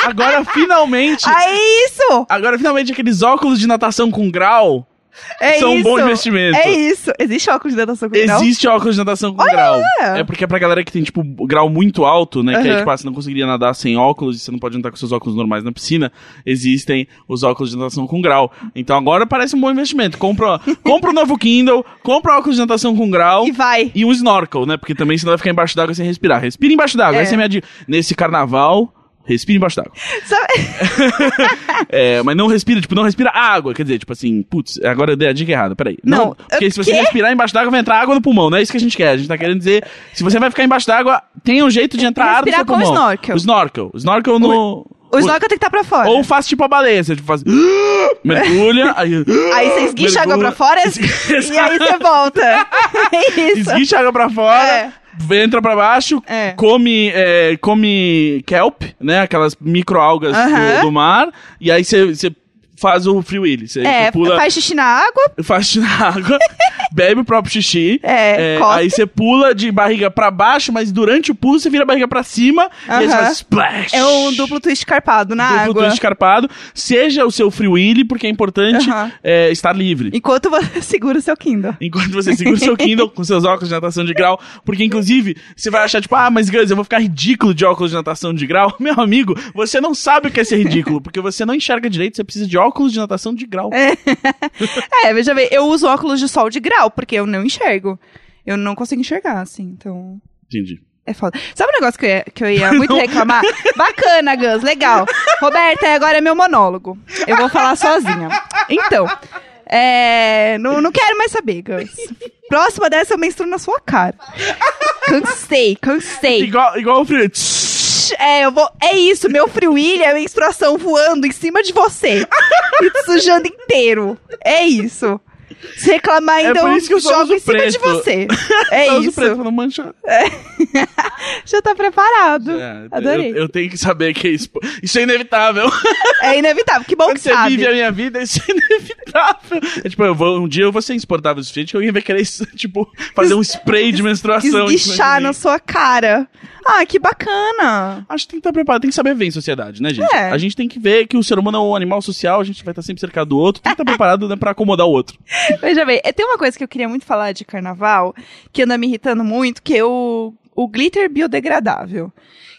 Agora, finalmente. Ah, é isso! Agora, finalmente, aqueles óculos de natação com grau É são um isso! bom investimento. É isso! Existe óculos de natação com grau? Existe óculos de natação com grau. É porque é pra galera que tem, tipo, grau muito alto, né? Que aí, Aham. tipo, ah, você não conseguiria nadar sem óculos e você não pode andar com seus óculos normais na piscina. Existem os óculos de natação com grau. Então agora parece um bom investimento. Compra, compra um novo Kindle, compra óculos de natação com grau. E vai. E um snorkel, né? Porque também você não vai ficar embaixo d'água sem respirar. Respira embaixo d'água. É. Essa é a minha dica. Nesse carnaval, respira embaixo d'água. Sabe- É, mas não respira, tipo, não respira água. Quer dizer, tipo assim, putz, agora eu dei a dica errada, peraí. Não, porque eu- se você quê? respirar embaixo d'água, vai entrar água no pulmão. Não é isso que a gente quer. A gente tá querendo dizer, se você vai ficar embaixo d'água, tem um jeito de entrar ar no Respirar seu com pulmão. snorkel. O snorkel. O snorkel no... O snorkel tem que estar pra fora. Ou faz tipo a baleia, você tipo, faz... mergulha, aí... Aí você esguicha a água pra mergulha, fora esguicha- e aí você volta. É isso. Esguicha a água pra fora, entra pra baixo, É. come, é, come kelp, né? Aquelas microalgas Aham. do, do mar. E aí você... você Faz o free willy. Você É, você pula... faz xixi na água. faz xixi na água, bebe o próprio xixi. É, cospe. aí você pula de barriga pra baixo, mas durante o pulo você vira a barriga pra cima e aí você Aham. faz splash. É um duplo twist carpado na Duplo água. twist escarpado. Seja o seu free willy, porque é importante Aham. é, estar livre. Enquanto você segura o seu Kindle. Enquanto você segura o seu Kindle com seus óculos de natação de grau. Porque, inclusive, você vai achar, tipo, ah, mas Gans, eu vou ficar ridículo de óculos de natação de grau. Meu amigo, você não sabe o que é ser ridículo, porque você não enxerga direito, você precisa de óculos de natação de grau. É, veja bem, eu uso óculos de sol de grau, porque eu não enxergo. Eu não consigo enxergar, assim, então. Entendi. É foda. Sabe um negócio que eu ia, que eu ia muito reclamar? Bacana, Gus, legal. Roberta, agora é meu monólogo. Eu vou falar sozinha. Então, é, não, não quero mais saber, Gus. Próxima dessa eu menstruo na sua cara. Cansei, cansei. Igual, igual o Free É, eu vou. É isso, meu friwilha é a menstruação voando em cima de você. e te sujando inteiro. É isso. Se reclamar, É então por isso que eu só jogo uso em cima de preto. você. É Tá uso isso. preto pra não manchar. Já tá preparado. É, Adorei. Eu, eu tenho que saber que é isso. Isso é inevitável. É inevitável. Que bom Quando que você sabe. vive a minha vida, isso é inevitável. É, tipo, eu vou, um dia eu vou ser insportável o suficiente que alguém vai querer, tipo, fazer um spray de menstruação. em cima de Esguichar mim. na sua cara. Ah, que bacana. Acho que tem que estar preparado, tem que saber ver em sociedade, né, gente? É. A gente tem que ver que o ser humano é um animal social, a gente vai estar sempre cercado do outro, tem que estar preparado né, pra acomodar o outro. Veja bem, é, tem uma coisa que eu queria muito falar de carnaval, que anda me irritando muito, que é o, o glitter biodegradável.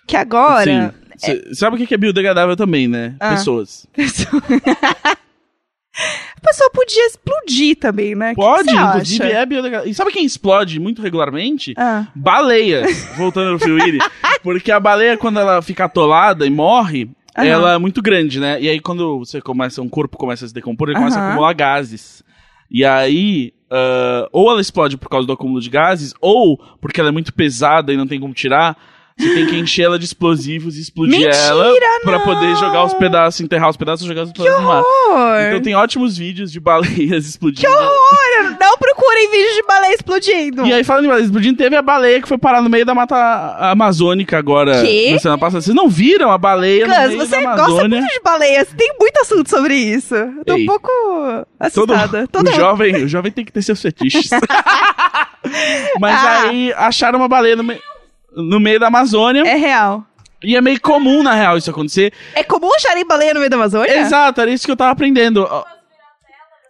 Que agora. Sim. Assim, Cê- Sabe o que que é biodegradável também, né? Ah. Pessoas. Pessoa... a pessoa podia explodir também, né? Pode, que que você inclusive, acha? é biodegradável. E sabe quem explode muito regularmente? Ah, Baleias, voltando no Freewheeling. porque a baleia, quando ela fica atolada e morre, Aham. ela é muito grande, né? E aí, quando você começa, um corpo começa a se decompor, ele começa a Aham. acumular gases. E aí, ah, ou ela explode por causa do acúmulo de gases, ou porque ela é muito pesada e não tem como tirar. Você tem que encher ela de explosivos e explodir Mentira, ela pra poder não! jogar os pedaços, enterrar os pedaços e jogar os pedaços no mar. horror. Então tem ótimos vídeos de baleias explodindo. Olha, não procurem vídeo de baleia explodindo. E aí, falando em baleia explodindo, teve a baleia que foi parar no meio da Mata Amazônica agora. Quê? Na semana passada. Vocês não viram a baleia no Gus, meio você da gosta Amazônia? muito de baleias. Tem muito assunto sobre isso. Eu tô Ei. um pouco Todo, assustada. Todo, o, jovem, o jovem tem que ter seus fetiches. Mas Ah. aí acharam uma baleia no, me- no meio da Amazônia. É real. E é meio comum, na real, isso acontecer. É comum acharem baleia no meio da Amazônia? Exato, era isso que eu tava aprendendo.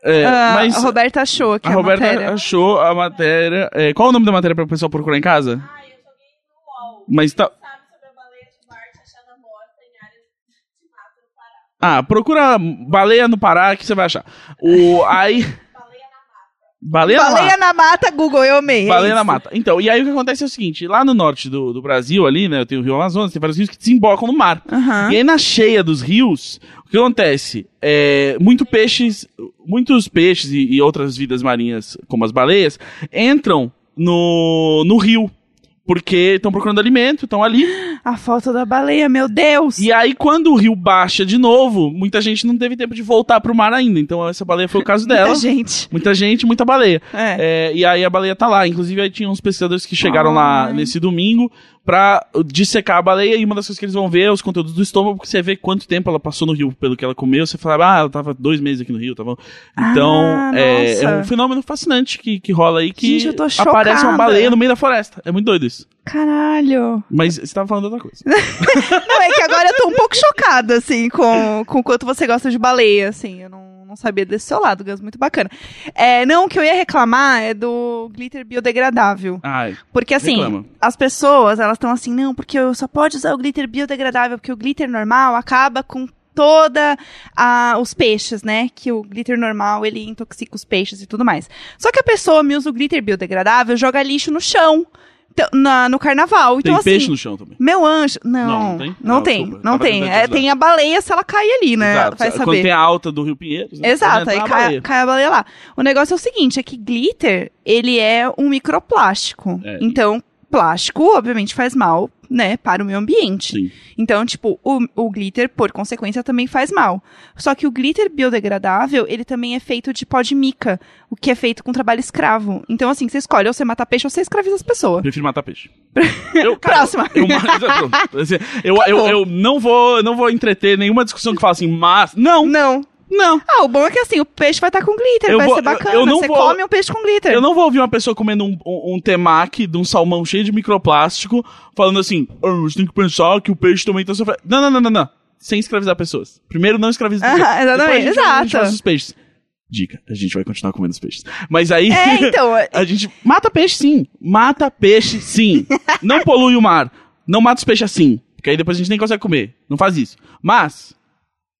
É, Ah, mas a Roberta achou aqui a é a, Roberta matéria. achou a matéria. é, qual o nome da matéria pra o pessoal procurar em casa? Ah, eu joguei no UOL. Mas tá. Sabe sobre a baleia de Marte achada morta em áreas de mato no Pará. Ah, procura baleia no Pará que você vai achar. O, aí... Baleia na mata. Baleia na mata, Google, eu amei. é Baleia na isso. mata. Então, e aí o que acontece é o seguinte: lá no norte do, do Brasil, ali, né, tem o Rio Amazonas, tem vários rios que desembocam no mar. Aham. E aí na cheia dos rios, o que acontece? É, muito peixes, muitos peixes e, e outras vidas marinhas, como as baleias, entram no, no rio. Porque estão procurando alimento, estão ali. A foto da baleia, meu Deus. E aí, quando o rio baixa de novo, muita gente não teve tempo de voltar pro mar ainda. Então, essa baleia foi o caso dela. Muita gente. Muita gente, muita baleia. É. É, e aí a baleia tá lá. Inclusive, aí tinha uns pesquisadores que chegaram lá Ai. nesse domingo pra dissecar a baleia. E uma das coisas que eles vão ver é os conteúdos do estômago, porque você vê quanto tempo ela passou no rio pelo que ela comeu. Você fala, ah, ela tava dois meses aqui no rio, tava. Então, Ah, é, é nossa. um fenômeno fascinante que, que rola aí que Gente, eu tô aparece uma chocada. baleia no meio da floresta. É muito doido isso. Caralho. Mas você tava falando outra coisa. Não, é que agora eu tô um pouco chocada, assim, com, com o quanto você gosta de baleia, assim. Eu não, não sabia desse seu lado, Gus, muito bacana. É, não, o que eu ia reclamar é do glitter biodegradável. Ai, Porque, assim, Reclama. as pessoas, elas estão assim, não, porque eu só pode usar o glitter biodegradável, porque o glitter normal acaba com toda a- os peixes, né? Que o glitter normal, ele intoxica os peixes e tudo mais. Só que a pessoa me usa o glitter biodegradável, joga lixo no chão, então, na- no carnaval. tem Então, assim, peixe no chão também. meu anjo. Não, Não, não não tem? tem. Não, Não tem. desculpa, tava tentando te É, ajudar. tem a baleia se ela cair ali, né? Exato. Vai saber. Quando tem a alta do Rio Pinheiros. né, Exato, pode aí entrar a cai, baleia. cai a baleia lá. O negócio é o seguinte, é que glitter, ele é um microplástico. É. Então, plástico, obviamente, faz mal, né, para o meio ambiente. Sim. Então, tipo, o, o glitter, por consequência, também faz mal. Só que o glitter biodegradável, ele também é feito de pó de mica, o que é feito com trabalho escravo. Então, assim, você escolhe ou você mata peixe ou você escraviza as pessoas. Prefiro matar peixe. Eu, cara, Próxima. Eu, eu- assim, eu, Tá eu, eu não vou não vou entreter nenhuma discussão que fala assim, mas. Não, Não. não. Ah, o bom é que assim, o peixe vai estar com glitter, Eu vai vou- ser bacana. eu- eu não você vou- come um peixe com glitter. Eu não vou ouvir uma pessoa comendo um, um, um temaki de um salmão cheio de microplástico falando assim, "Ah, você tem que pensar que o peixe também tá sofrendo. Não, não, não, não, não. Sem escravizar pessoas. Primeiro não escraviza Ah, pessoas. exatamente, Depois a gente- A gente exato. faz os peixes. Dica, a gente vai continuar comendo os peixes. Mas aí. É, então, é- A gente mata peixe sim, mata peixe sim. Não polui o mar, não mata os peixes assim, porque aí depois a gente nem consegue comer. Não faz isso. Mas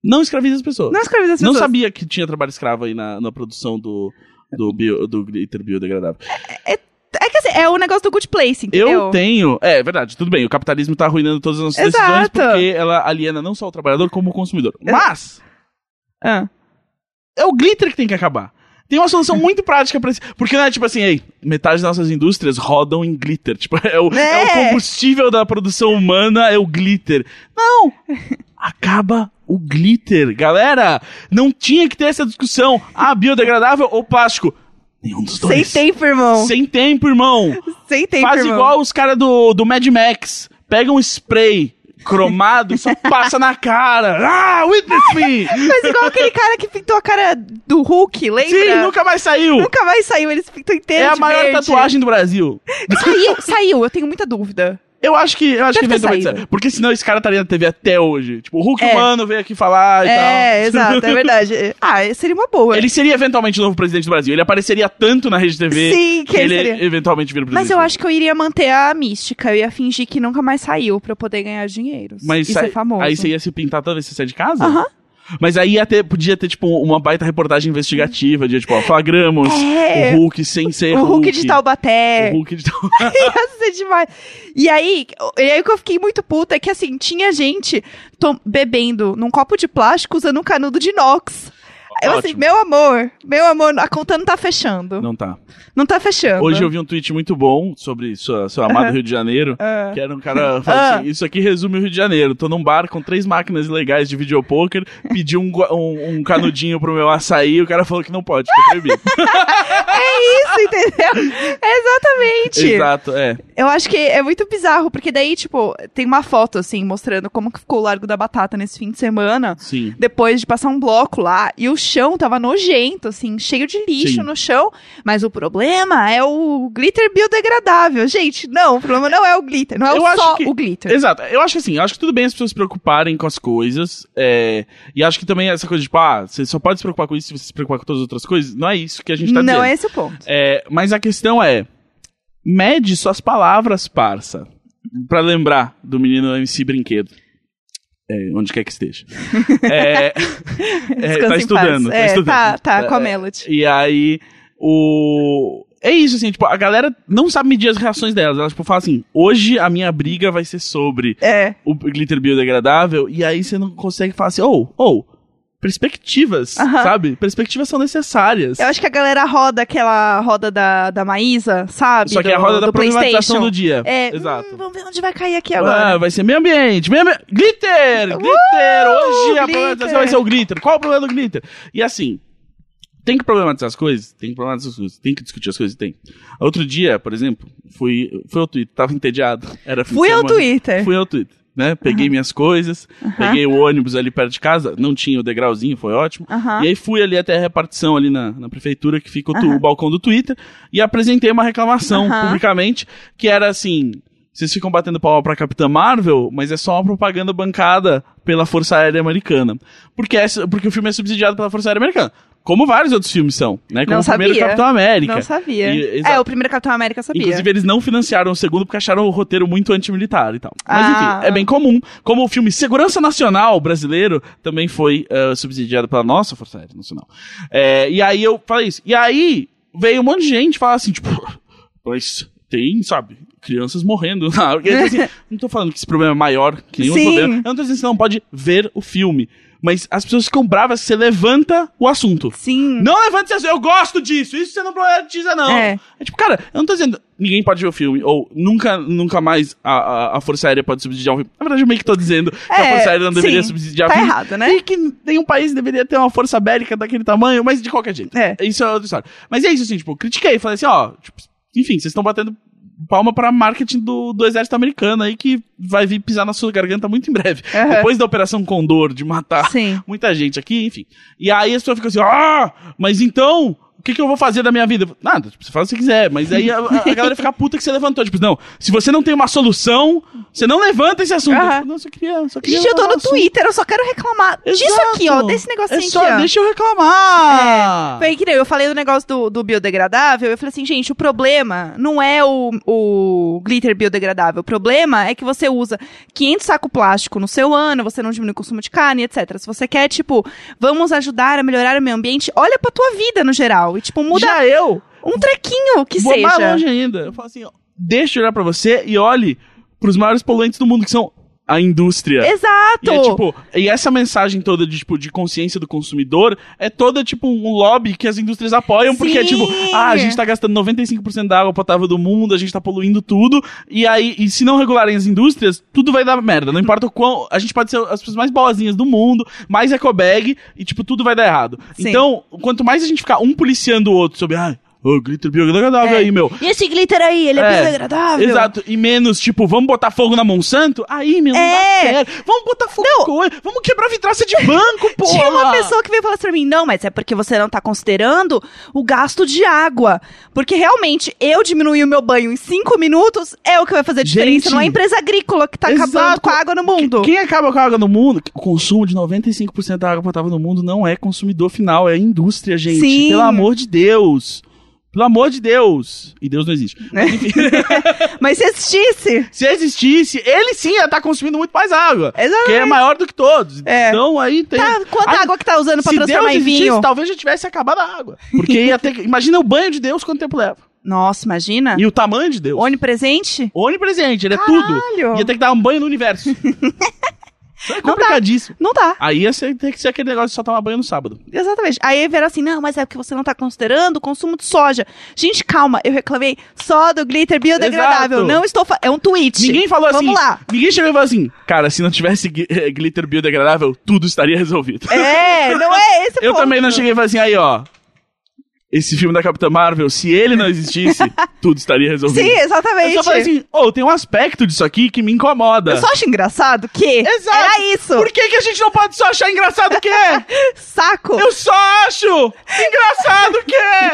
não escraviza as pessoas. não escraviza as Não pessoas. sabia que tinha trabalho escravo aí na, na produção do do, bio, do glitter biodegradável. É que assim, é o negócio do good place, Eu entendeu? tenho, é verdade, tudo bem. O capitalismo tá arruinando todas as nossas decisões Exato. porque ela aliena não só o trabalhador como o consumidor. Mas Ah. é o glitter que tem que acabar. Tem uma solução muito prática pra isso. Porque não é tipo assim, ei, metade das nossas indústrias rodam em glitter. Tipo, é o, é o É. combustível da produção humana, é o glitter. Não! Acaba o glitter. Galera, não tinha que ter essa discussão. Ah, biodegradável ou plástico? Nenhum dos Sem dois. tempo, irmão. Sem tempo, irmão. Sem tempo, Faz irmão. igual os caras do, do Mad Max. Pega um spray cromado, só passa na cara. Ah, witness me! Faz igual aquele cara que pintou a cara do Hulk, lembra? Sim, nunca mais saiu. Nunca mais saiu, ele se pintou inteiro É a de maior verde. tatuagem do Brasil. Saiu, saiu, eu tenho muita dúvida. Eu acho que, eu acho que Deve ter eventualmente saído. sai. Porque senão esse cara estaria na TV até hoje. Tipo, o Hulk É. humano veio aqui falar e é, tal. exato, é verdade. Ah, seria uma boa. tá. Ele seria eventualmente o novo presidente do Brasil. Ele apareceria tanto na rede TV Sim, que ele ele seria. eventualmente vira presidente. Mas eu acho que eu iria manter a mística, eu ia fingir que nunca mais saiu pra eu poder ganhar dinheiro. Mas Isso sai- é famoso. Aí você ia se pintar toda vez que você sai de casa? Aham. Mas aí ia ter, podia ter, tipo, uma baita reportagem investigativa de, tipo, ó, flagramos É. o Hulk sem ser O Hulk de é. Taubaté. O Hulk de tal... Ia ser demais. E aí, e aí o que eu fiquei muito puta é que assim, tinha gente tom- bebendo num copo de plástico usando um canudo de inox. Eu assim, Ótimo. meu amor, meu amor, a conta não tá fechando. Não, Não tá. tá fechando. Hoje eu vi um tweet muito bom sobre sua, seu amado Rio de Janeiro. Ah. Que era um cara falando assim, isso aqui resume o Rio de Janeiro. Tô num bar com três máquinas legais de videopoker, pedi um, gua- um, um canudinho pro meu açaí, e o cara falou que não pode, que é proibido. É isso, entendeu? Exatamente. Exato, é. Eu acho que é muito bizarro, porque daí, tipo, tem uma foto, assim, mostrando como que ficou o Largo da Batata nesse fim de semana. Sim. depois de passar um bloco lá, e o chão tava nojento, assim, cheio de lixo Sim. no chão. Mas o problema é o glitter biodegradável. Gente, não, o problema não é o glitter, não é Eu o acho só que- o glitter. Exato. Eu acho que assim, eu acho que tudo bem as pessoas se preocuparem com as coisas. é, e acho que também essa coisa de, tipo, ah, você só pode se preocupar com isso se você se preocupar com todas as outras coisas. Não é isso que a gente tá não dizendo. é esse o ponto. É, mas a questão é: mede suas palavras, parça. Pra lembrar do menino MC Brinquedo. É, onde quer que esteja. É, é, Descansa tá em estudando, paz. tá É, estudando. Tá, tá com a É, Melody. E aí, o. É isso, assim, tipo, a galera não sabe medir as reações delas. Elas, tipo, falam assim: hoje a minha briga vai ser sobre É. o glitter biodegradável, e aí você não consegue falar assim, ou, ou, perspectivas, Aham. sabe? Perspectivas são necessárias. Eu acho que a galera roda aquela roda da, da Maísa, sabe? Só que é a Do- roda da do problematização do dia. É, Exato. hum, vamos ver onde vai cair aqui agora. Ah, vai ser meio ambiente, meio ambi- Glitter! Uh, glitter! Hoje a glitter! problematização vai ser o glitter. Qual o problema do glitter? E assim, tem que problematizar as coisas? Tem que problematizar as coisas. Tem que discutir as coisas? Tem. Outro dia, por exemplo, fui, fui ao Twitter, tava entediado. Era fim de Fui ao semana. Twitter. Fui ao Twitter, né? Peguei minhas coisas, peguei o ônibus ali perto de casa, não tinha o degrauzinho, foi ótimo. Aham. E aí fui ali até a repartição ali na, na prefeitura, que fica o, tu- Aham. o balcão do Twitter, e apresentei uma reclamação Aham. publicamente, que era assim, vocês ficam batendo palma pra Capitã Marvel, mas é só uma propaganda bancada pela Força Aérea Americana. Porque, essa, porque o filme é subsidiado pela Força Aérea Americana. Como vários outros filmes são, né? Como Não o primeiro sabia. Capitão América. Não sabia. E- exato. é, o primeiro Capitão América eu sabia. Inclusive, eles não financiaram o segundo porque acharam o roteiro muito antimilitar e tal. Mas Ah. enfim, é bem comum. Como o filme Segurança Nacional brasileiro também foi eh, subsidiado pela nossa Força Aérea Nacional. É, e aí eu falei isso. E aí veio um monte de gente falar assim, tipo, mas tem, sabe? Crianças morrendo. na água." E aí, assim, não tô falando que esse problema é maior que nenhum Sim. outro problema. Eu não tô dizendo que você não pode ver o filme. Mas as pessoas ficam bravas se você levanta o assunto. Sim. Não levante essa. Eu gosto disso. Isso você não problematiza, não. É. tipo, cara, eu não tô dizendo ninguém pode ver o filme, ou nunca, nunca mais a, a, a Força Aérea pode subsidiar um filme. Na verdade, eu meio que tô dizendo que a É, Força Aérea não deveria sim. subsidiar Tá filmes. errado, né? E que nenhum país deveria ter uma força bélica daquele tamanho, mas de qualquer jeito. É. Isso é outra história. Mas é isso, assim, tipo, critiquei, falei assim, ó, tipo, enfim, vocês estão batendo palma pra marketing do, do exército americano aí que vai vir pisar na sua garganta muito em breve. Aham. Depois da Operação Condor, de matar Sim. muita gente aqui, enfim. E aí as pessoas ficam assim, ah, mas então, o que, que eu vou fazer da minha vida? Nada, tipo, você faz o que você quiser, mas aí a, a- a galera fica puta que você levantou. Tipo, não, se você não tem uma solução, você não levanta esse assunto. Aham. Tipo, não, só queria, só queria Gente, eu tô levantar no o assunto. Twitter, assim, eu só quero reclamar disso Exato. aqui, ó, desse negocinho É só, aqui, ó. deixa eu reclamar. Foi que nem eu falei do negócio do, do biodegradável, eu falei assim, gente, o problema não é o, o glitter biodegradável, o problema é que você usa 500 sacos plástico no seu ano, você não diminui o consumo de carne, etc. Se você quer, tipo, vamos ajudar a melhorar o meio ambiente, olha pra tua vida no geral e, tipo, muda Já eu um trequinho que vou mais seja. longe ainda. Eu falo assim, ó, deixa eu olhar pra você e olhe pros maiores poluentes do mundo, que são a indústria. E, Exato! é, tipo, e essa mensagem toda de, tipo, de consciência do consumidor é toda, tipo, um lobby que as indústrias apoiam, porque é Sim. tipo, ah, a gente tá gastando 95% da água potável do mundo, a gente tá poluindo tudo, e aí, e se não regularem as indústrias, tudo vai dar merda. Não importa o quão. A gente pode ser as pessoas mais boazinhas do mundo, mais ecobag, e, tipo, tudo vai dar errado. Sim. Então, quanto mais a gente ficar um policiando o outro sobre, ah, ô, glitter biodegradável É. aí, meu. E esse glitter aí, ele é, É, biodegradável? Exato, e menos, tipo, vamos botar fogo na Monsanto? Aí, meu, não É. dá certo. Vamos botar fogo em coisa, vamos quebrar vidraça de banco, pô! Tinha uma pessoa que veio falar isso pra mim, não, mas é porque você não tá considerando o gasto de água. Porque realmente, eu diminuir o meu banho em cinco minutos é o que vai fazer a diferença. Gente. não é a empresa agrícola que tá acabando Exato. com a água no mundo. Quem acaba com a água no mundo, o consumo de 95% da água potável no mundo não é consumidor final, é indústria, gente. Sim. Pelo amor de Deus. Pelo amor de Deus. E Deus não existe. Mas se existisse, Se existisse, ele sim ia estar consumindo muito mais água. Exatamente. Que é maior do que todos. É. Então aí tem. tá, quanta Ah, água que tá usando pra Se transformar Deus em existisse, tá- vinho? talvez já tivesse acabado a água. Porque ia ter. que- Imagina o banho de Deus quanto tempo leva. Nossa, imagina. E o tamanho de Deus. Onipresente? Onipresente, ele é Caralho. tudo. Ia ter que dar um banho no universo. Isso é complicadíssimo. Não dá. Aí ia ser- ter que ser aquele negócio de só tomar banho no sábado. Exatamente. Aí vieram assim, não, mas é porque você não tá considerando o consumo de soja. Gente, calma, eu reclamei só do glitter biodegradável. Exato. Não estou fa- É um tweet. Ninguém falou assim. Vamos lá. Ninguém chegou e falou assim, cara, se não tivesse gui- eh, glitter biodegradável, tudo estaria resolvido. É, não é esse o Eu ponto. também não cheguei e falei assim, aí ó. Esse filme da Capitã Marvel, se ele não existisse, tudo estaria resolvido. Sim, Eu exatamente. só falei assim, ô, tem um aspecto disso aqui que me incomoda. Eu só acho engraçado que Exato. era isso. Por que, que a gente não pode só achar engraçado o que é? Saco. Eu só acho engraçado o que é.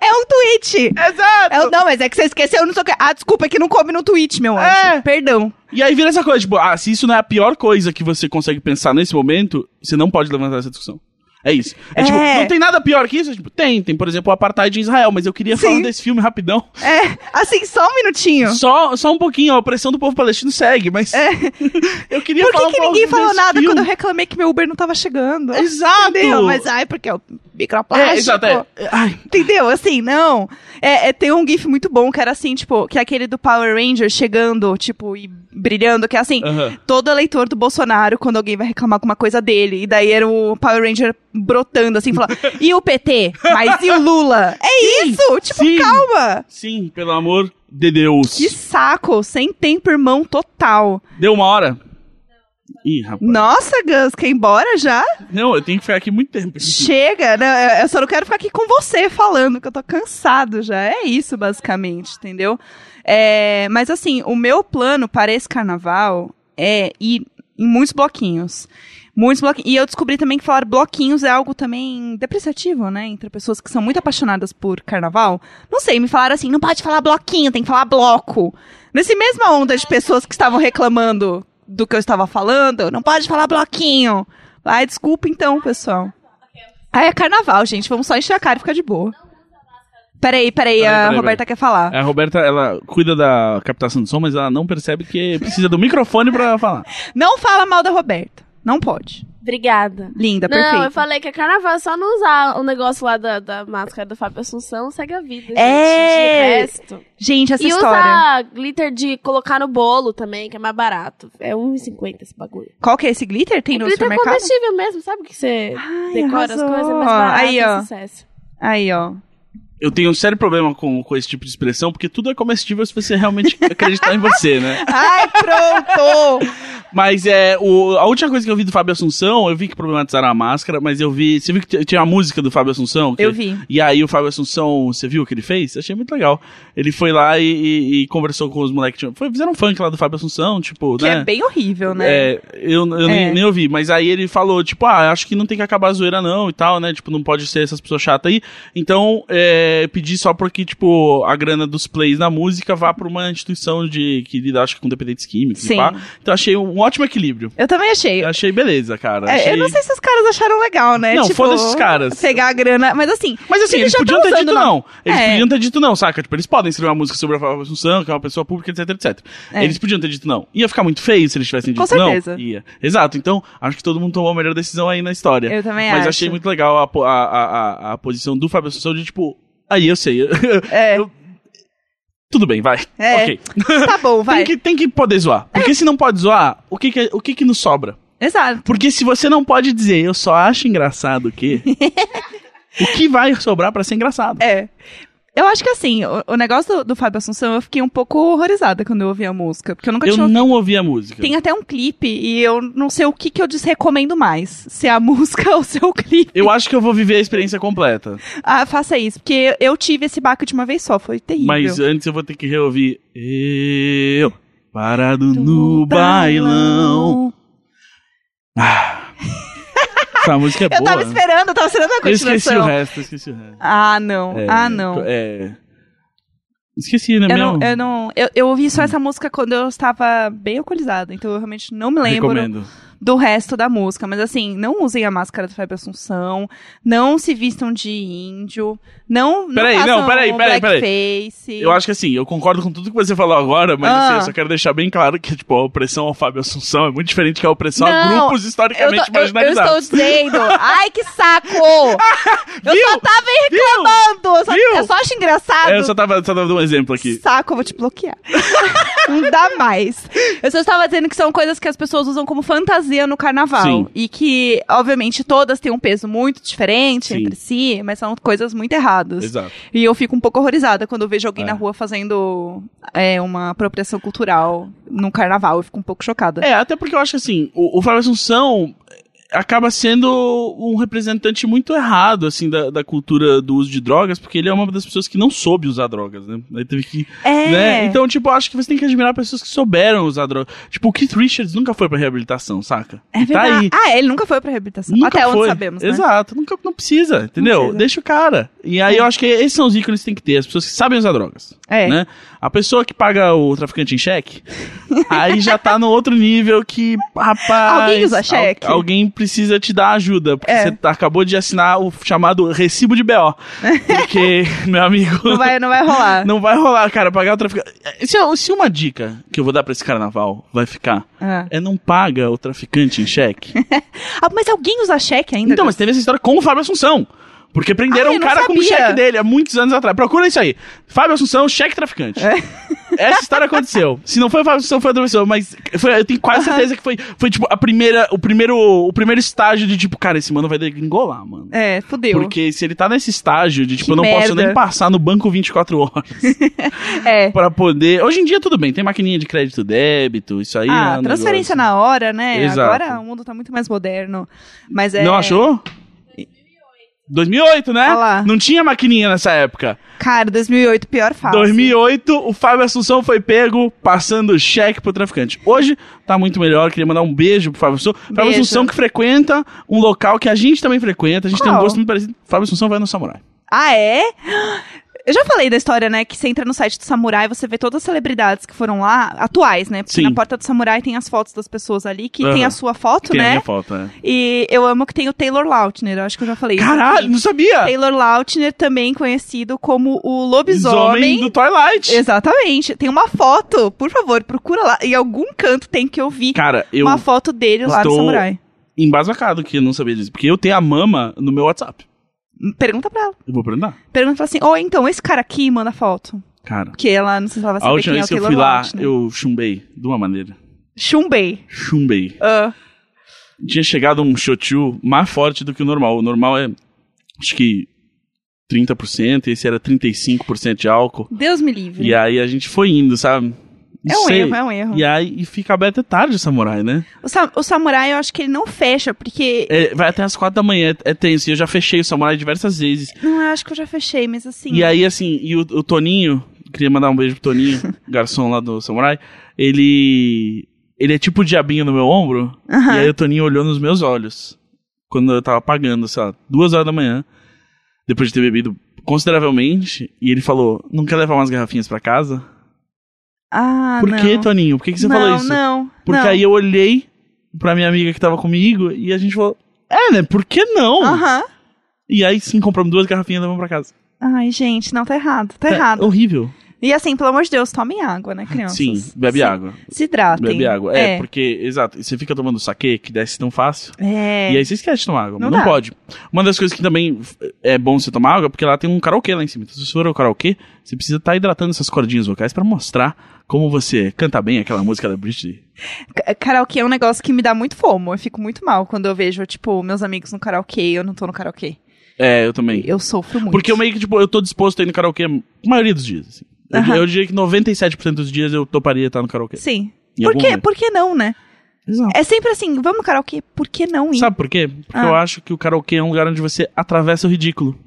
É um tweet. Exato. É o- não, mas é que você esqueceu, não sei o que. Ah, desculpa, é que não come no tweet, meu anjo. É. Perdão. E aí vira essa coisa, tipo, ah, se isso não é a pior coisa que você consegue pensar nesse momento, você não pode levantar essa discussão. É isso. É, É. tipo, não tem nada pior que isso? Tipo, tem, tem, por exemplo, o apartheid em Israel, mas eu queria falar Sim. desse filme rapidão. É, assim, só um minutinho. Só, só um pouquinho, a opressão do povo palestino segue, mas eu queria É. Por falar que, um que pouco ninguém falou desse nada filme. quando eu reclamei que meu Uber não tava chegando? Exato! Entendeu? Mas, tipo, ai, porque é o microplástico. É, exato, é. Ai, Entendeu? Assim, não. É, é, tem um gif muito bom que era assim, tipo, que é aquele do Power Ranger chegando, tipo, e brilhando, que é assim, aham. todo eleitor do Bolsonaro, quando alguém vai reclamar alguma coisa dele, e daí era o Power Ranger brotando, assim, falando, e o PT? Mas e o Lula? É isso! Tipo, sim. calma! Sim, pelo amor de Deus. Que saco! Sem tempo, irmão, total. Deu uma hora? Ih, rapaz. Nossa, Gus, quer ir embora já? Não, eu tenho que ficar aqui muito tempo. Chega, né? Eu- Eu só não quero ficar aqui com você falando, que eu tô cansado já. É isso, basicamente, entendeu? É, mas assim, o meu plano para esse carnaval é ir em muitos bloquinhos. Muitos bloquinhos. E eu descobri também que falar bloquinhos é algo também depreciativo, né? Entre pessoas que são muito apaixonadas por carnaval. Não sei, me falaram assim, não pode falar bloquinho, tem que falar bloco. Nesse mesma onda de pessoas que estavam reclamando do que eu estava falando, não pode falar bloquinho. Ai, desculpa então, pessoal. Ah, é carnaval, gente. Vamos só encher a cara e ficar de boa. Peraí, peraí, Peraí, a peraí, É. Roberta quer falar. A Roberta, ela cuida da captação do som, mas ela não percebe que precisa do microfone pra falar. Não fala mal da Roberta. Não pode. Obrigada. Linda, não, perfeita. eu falei que é carnaval, é só não usar o negócio lá da, da máscara da Fábio Assunção, segue a vida, É. gente. De resto. Gente, essa e história. usar glitter de colocar no bolo também, que é mais barato. É 1,50 esse bagulho. Qual que é esse glitter? Tem é no glitter supermercado? comestível mesmo, sabe? Que você Ai, decora as arrasou. coisas, é mais barato, Aí, ó. é sucesso. Aí, ó. Eu tenho um sério problema com, com esse tipo de expressão, porque tudo é comestível se você realmente acreditar em você, né? Ai, pronto! Mas é, o, a última coisa que eu vi do Fábio Assunção, eu vi que problematizaram a máscara, mas eu vi. Você viu que t- tinha a música do Fábio Assunção? Que- eu vi. E aí o Fábio Assunção, você viu o que ele fez? Achei muito legal. Ele foi lá e, e- e conversou com os moleques. tipo, foi- Fizeram um funk lá do Fábio Assunção, tipo, Que né? é bem horrível, né? É, eu, eu É. Nem, nem ouvi, mas aí ele falou, tipo, ah, acho que não tem que acabar a zoeira não e tal, né, tipo, não pode ser essas pessoas chatas aí, então, é, pedi só porque, tipo, a grana dos plays na música vá pra uma instituição de, que lida, acho que com dependentes químicos Sim. e pá, então achei um ótimo equilíbrio, Eu também achei. Eu achei beleza, cara, É, achei... eu não sei se os caras acharam legal, né? Não, tipo, foda-se os caras. Pegar a grana. Mas assim, Mas assim, Eles eles, já podiam tão ter usando dito o não. Eles É. podiam ter dito não, saca? Tipo, eles podem escrever uma música sobre a Flávia Assunção, que é uma pessoa pública, etc, etc. É. Eles podiam ter dito não. Ia ficar muito feio se eles tivessem Com dito não. certeza. Ia. Exato. Então, acho que todo mundo tomou a melhor decisão aí na história. eu também Mas É, acho. achei muito legal a, po- a, a, a, a posição do Fábio Assunção de tipo, aí eu sei. É, eu- Tudo bem, vai. É, ok. tá bom, vai. É. Tem, que, tem que poder zoar. Porque se não pode zoar, o que que, o que que nos sobra? Exato. Porque se você não pode dizer, eu só acho engraçado que... o que vai sobrar pra ser engraçado? É. Eu acho que assim, o, o negócio do, do Fábio Assunção, eu fiquei um pouco horrorizada quando eu ouvi a música. Porque eu nunca Eu tinha não ouvi a música. Tem até um clipe e eu não sei o que, que eu desrecomendo mais. Se é a música ou se é o clipe. Eu acho que eu vou viver a experiência completa. Ah, faça isso. Porque eu tive esse baque de uma vez só. Foi terrível. Mas é antes eu vou ter que reouvir. Eu, parado Então, no tá bailão. Ah. Essa música é Eu boa. tava esperando, eu tava esperando a Eu esqueci o continuação. resto, eu esqueci o resto. Ah, não. É, ah, não. é. Esqueci, né, Eu meu? não, eu não. Eu, eu ouvi só essa música quando eu estava bem alcoolizada, então eu realmente não me lembro Recomendo. do resto da música. Mas assim, não usem a máscara do Fábio Assunção, não se vistam de índio, não. Peraí, não, não, façam peraí, peraí, peraí. blackface. Eu acho que assim, eu concordo com tudo que você falou agora, mas Ah. assim, eu só quero deixar bem claro que, tipo, a opressão ao Fábio Assunção é muito diferente que a opressão a Não, grupos Eu, tô- historicamente eu- eu estou marginalizados. dizendo. Ai, que saco! Eu só Viu? tava aí Viu? reclamando. Eu só, Viu? eu só acho engraçado. É, eu só tava, só tava dando um exemplo aqui. Saco, eu vou te bloquear. Não dá mais. Eu só estava dizendo que são coisas que as pessoas usam como fantasia no carnaval. Sim. E que, obviamente, todas têm um peso muito diferente Sim. entre si, mas são coisas muito erradas. Exato. E eu fico um pouco horrorizada quando eu vejo alguém É. na rua fazendo é, uma apropriação cultural no carnaval. Eu fico um pouco chocada. É, até porque eu acho que assim, o, o Fábio Assunção acaba sendo um representante muito errado, assim, da, da cultura do uso de drogas, porque ele é uma das pessoas que não soube usar drogas, né? Ele teve que. É. né? Então, tipo, eu acho que você tem que admirar pessoas que souberam usar drogas. Tipo, o Keith Richards nunca foi pra reabilitação, saca? É E tá verdade. aí. Ah, ele nunca foi pra reabilitação. Nunca Até foi. onde sabemos, né? Exato, nunca não precisa, entendeu? precisa. Deixa o cara. E aí eu acho que esses são os ícones que tem que ter, as pessoas que sabem usar drogas. É. né? A pessoa que paga o traficante em cheque, aí já tá no outro nível que, rapaz. Alguém usa al- cheque? alguém precisa te dar ajuda, porque É. você tá- acabou de assinar o chamado recibo de BO. Porque, meu amigo, Não vai, não vai rolar. não vai rolar, cara, pagar o traficante. Se, é, se uma dica que eu vou dar pra esse carnaval vai ficar, Ah. é não paga o traficante em cheque. Ah, mas alguém usa cheque ainda? Então, mas teve essa história com o Fábio Assunção. Porque prenderam Ah, eu um não cara com o sabia. cheque dele há muitos anos atrás. Procura isso aí. Fábio Assunção, cheque traficante. É. Essa história aconteceu. Se não foi o Fábio Assunção, foi outra pessoa. Mas foi- eu tenho quase certeza que foi, foi tipo, a primeira, o, primeiro, o primeiro estágio de tipo, cara, esse mano vai degringolar, mano. É, fudeu. Porque se ele tá nesse estágio de tipo, Que eu não posso merda. nem passar no banco 24 horas É. pra poder. Hoje em dia tudo bem, tem maquininha de crédito, débito, isso aí. ah, é um transferência negócio. na hora, né? Exato. Agora o mundo tá muito mais moderno. Mas é. Não achou? 2008, né? Olha lá. Não tinha maquininha nessa época. Cara, 2008, pior fase. 2008, o Fábio Assunção foi pego passando cheque pro traficante. Hoje tá muito melhor, queria mandar um beijo pro Fábio Assunção. Fábio Beijo. Assunção que frequenta um local que a gente também frequenta, a gente tem um Qual? gosto muito parecido. Fábio Assunção vai no Samurai. Ah, é? Eu já falei da história, né? Que você entra no site do Samurai, você vê todas as celebridades que foram lá, atuais, né? Porque Sim. na porta do Samurai tem as fotos das pessoas ali, que Aham. tem a sua foto, tem a né? minha foto, né? E eu amo que tem o Taylor Lautner, eu acho que eu já falei isso Caralho, aqui. não sabia! Taylor Lautner, também conhecido como o Homem lobisomem. do Twilight. Exatamente. Tem uma foto, por favor, procura lá. Em algum canto tem que eu vi Cara, eu uma foto dele lá do estou- Samurai. embasbacado que eu não sabia disso, porque eu tenho a mama no meu WhatsApp. Pergunta pra ela. Eu vou perguntar. Pergunta pra ela assim, ou então, esse cara aqui manda foto. Cara, Porque ela, não sei se ela vai a saber última quem é vez o que eu Taylor fui lá, Lautner. eu chumbei de uma maneira. Chumbei. Chumbei. Ah, tinha chegado um shochu mais forte do que o normal. O normal é, acho que 30%, esse era 35% de álcool. Deus me livre. E aí a gente foi indo, sabe? Não Uhum. É um sei. erro, é um erro. E aí e fica aberto até tarde o samurai, né? O, sa- o Samurai, eu acho que ele não fecha, porque... É, vai até as quatro da manhã, é, é tenso. E eu já fechei o samurai diversas vezes. Não, eu acho que eu já fechei, mas assim... E aí, assim, e o, o Toninho, queria mandar um beijo pro Toninho, garçom lá do Samurai, ele. Ele é tipo o diabinho no meu ombro. Aham. E aí o Toninho olhou nos meus olhos. Quando eu tava pagando, sei lá, duas horas da manhã. Depois de ter bebido consideravelmente. E ele falou: Não quer levar umas garrafinhas pra casa? Ah, Por não. que, Toninho? Por que, que você não, falou isso? Não, Porque não. aí é eu olhei pra minha amiga que tava comigo e a gente falou: É, né? Por que não? Aham. E aí sim, compramos duas garrafinhas e levamos pra casa. Ai, gente, não, tá errado, tá É errado. horrível. E assim, pelo amor de Deus, tomem água, né, crianças? Sim, bebe Se- água. Se hidratem. Bebe água. É, porque, exato, você fica tomando saque que desce tão fácil. É. E aí você esquece de tomar água, Não mas não dá. pode. Uma das coisas que também é bom você tomar água, porque lá tem um karaokê lá em cima. Então, se você for ao karaokê, você precisa estar hidratando essas cordinhas vocais pra mostrar como você canta bem aquela música da Britney. Ca- Karaokê é um negócio que me dá muito fomo. Eu fico muito mal quando eu vejo, tipo, meus amigos no karaokê e eu não tô no karaokê. É, eu também. Eu sofro muito. Porque eu meio que, tipo, eu tô disposto a ir no karaokê a maioria dos dias, assim. Eu, Aham. eu diria que 97% dos dias eu toparia estar no karaokê. Sim. Em Por algum que, momento. por que não, né? Exato. É sempre assim, vamos no karaokê, por que não ir? Sabe por quê? Porque Ah. eu acho que o karaokê é um lugar onde você atravessa o ridículo.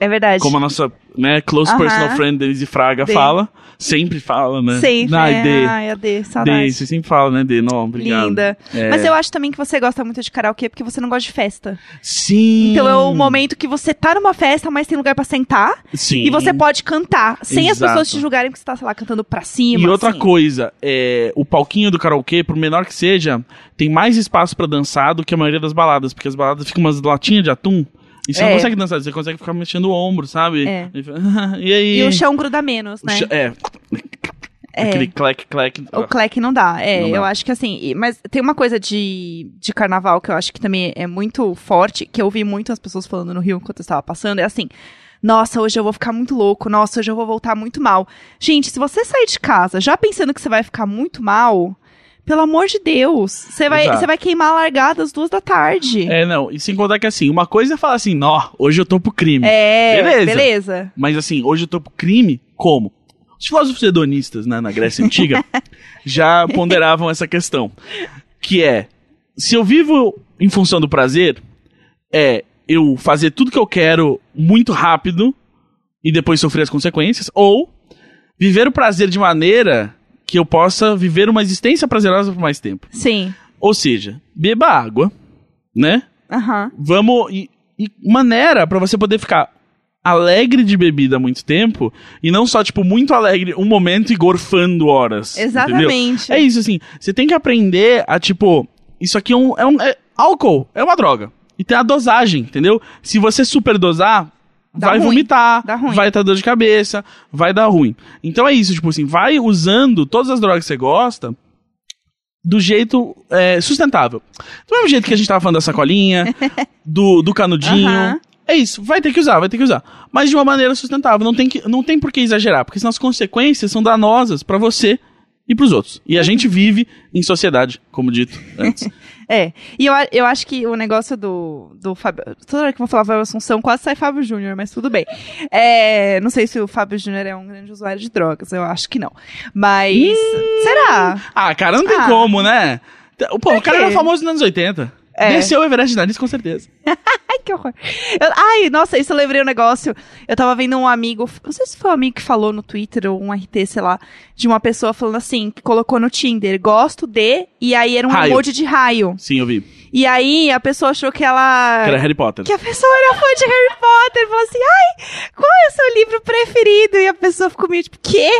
É verdade. Como a nossa, né, close Aham. personal friend Denise Fraga Dê. fala. Sempre fala, né? Sempre. Ai, é, Dê. Ai, a D, Dê, saudade. você sempre fala, né, Dê? Não, obrigado. Linda. É. Mas eu acho também que você gosta muito de karaokê porque você não gosta de festa. Sim. Então é o momento que você tá numa festa, mas tem lugar pra sentar. Sim. E você é pode cantar, sem as Exato. pessoas te julgarem que você tá, sei lá, cantando pra cima. E outra assim. coisa, é, o palquinho do karaokê, por menor que seja, tem mais espaço pra dançar do que a maioria das baladas, porque as baladas ficam umas latinhas de atum e você É. não consegue dançar, você consegue ficar mexendo o ombro, sabe? É. E, fica, e aí? E o chão gruda menos, O né? chão- É, É. aquele clack, clack. O Clack não dá, é. Não dá. eu acho que assim. e- Mas tem uma coisa de, de carnaval que eu acho que também é muito forte, que eu ouvi muito as pessoas falando no Rio enquanto eu estava passando. É assim: nossa, hoje eu vou ficar muito louco, nossa, hoje eu vou voltar muito mal. Gente, se você sair de casa já pensando que você vai ficar muito mal, pelo amor de Deus, você vai, Exato. você vai queimar a largada às duas da tarde. É, não, e sem contar que assim, uma coisa é falar assim, ó, hoje eu tô pro crime. É, Beleza. beleza. Mas assim, hoje eu tô pro crime, como? Os filósofos hedonistas né, na Grécia Antiga já ponderavam essa questão. Que é, se eu vivo em função do prazer, é eu fazer tudo que eu quero muito rápido e depois sofrer as consequências, ou viver o prazer de maneira que eu possa viver uma existência prazerosa por mais tempo. Sim. Ou seja, beba água, né? Aham. Vamos. E, e maneira pra você poder ficar alegre de bebida há muito tempo e não só, tipo, muito alegre um momento e gorfando horas. entendeu? Exatamente. É isso, assim. Você tem que aprender a, tipo, isso aqui é um. É um é- álcool é uma droga. E tem a dosagem, entendeu? Se você superdosar, Dá vai ruim. vomitar, Dá ruim. vai ter dor de cabeça, vai dar ruim. Então é isso, tipo assim, vai usando todas as drogas que você gosta do jeito é, sustentável. Do mesmo jeito que a gente tava falando da sacolinha, do, do canudinho. Aham. É isso, vai ter que usar, vai ter que usar. Mas de uma maneira sustentável, não tem, que, não tem por que exagerar, porque senão as consequências são danosas pra você e pros outros. E a gente vive em sociedade, como dito antes. É. E eu, a- eu acho que o negócio do, do Fábio. Toda hora que eu vou falar Fábio Assunção, quase sai Fábio Júnior, mas tudo bem. É, não sei se o Fábio Júnior é um grande usuário de drogas, eu acho que não. Mas. Será? Ah, cara, não tem Ah. como, né? Pô, o cara quê? era famoso nos anos 80. É. Desceu o Everest de nariz, com certeza. Ai, que horror. Eu- ai, nossa, isso eu lembrei um negócio. Eu tava vendo um amigo, não sei se foi um amigo que falou no Twitter ou um RT, sei lá, de uma pessoa falando assim, que colocou no Tinder, gosto de, e aí era um Raio. emoji de raio. Sim, eu vi. Que E aí a pessoa achou que ela. era Harry Potter. É. Que a pessoa era fã de Harry Potter, falou assim, ai, qual é o seu livro preferido? E a pessoa ficou meio tipo, quê?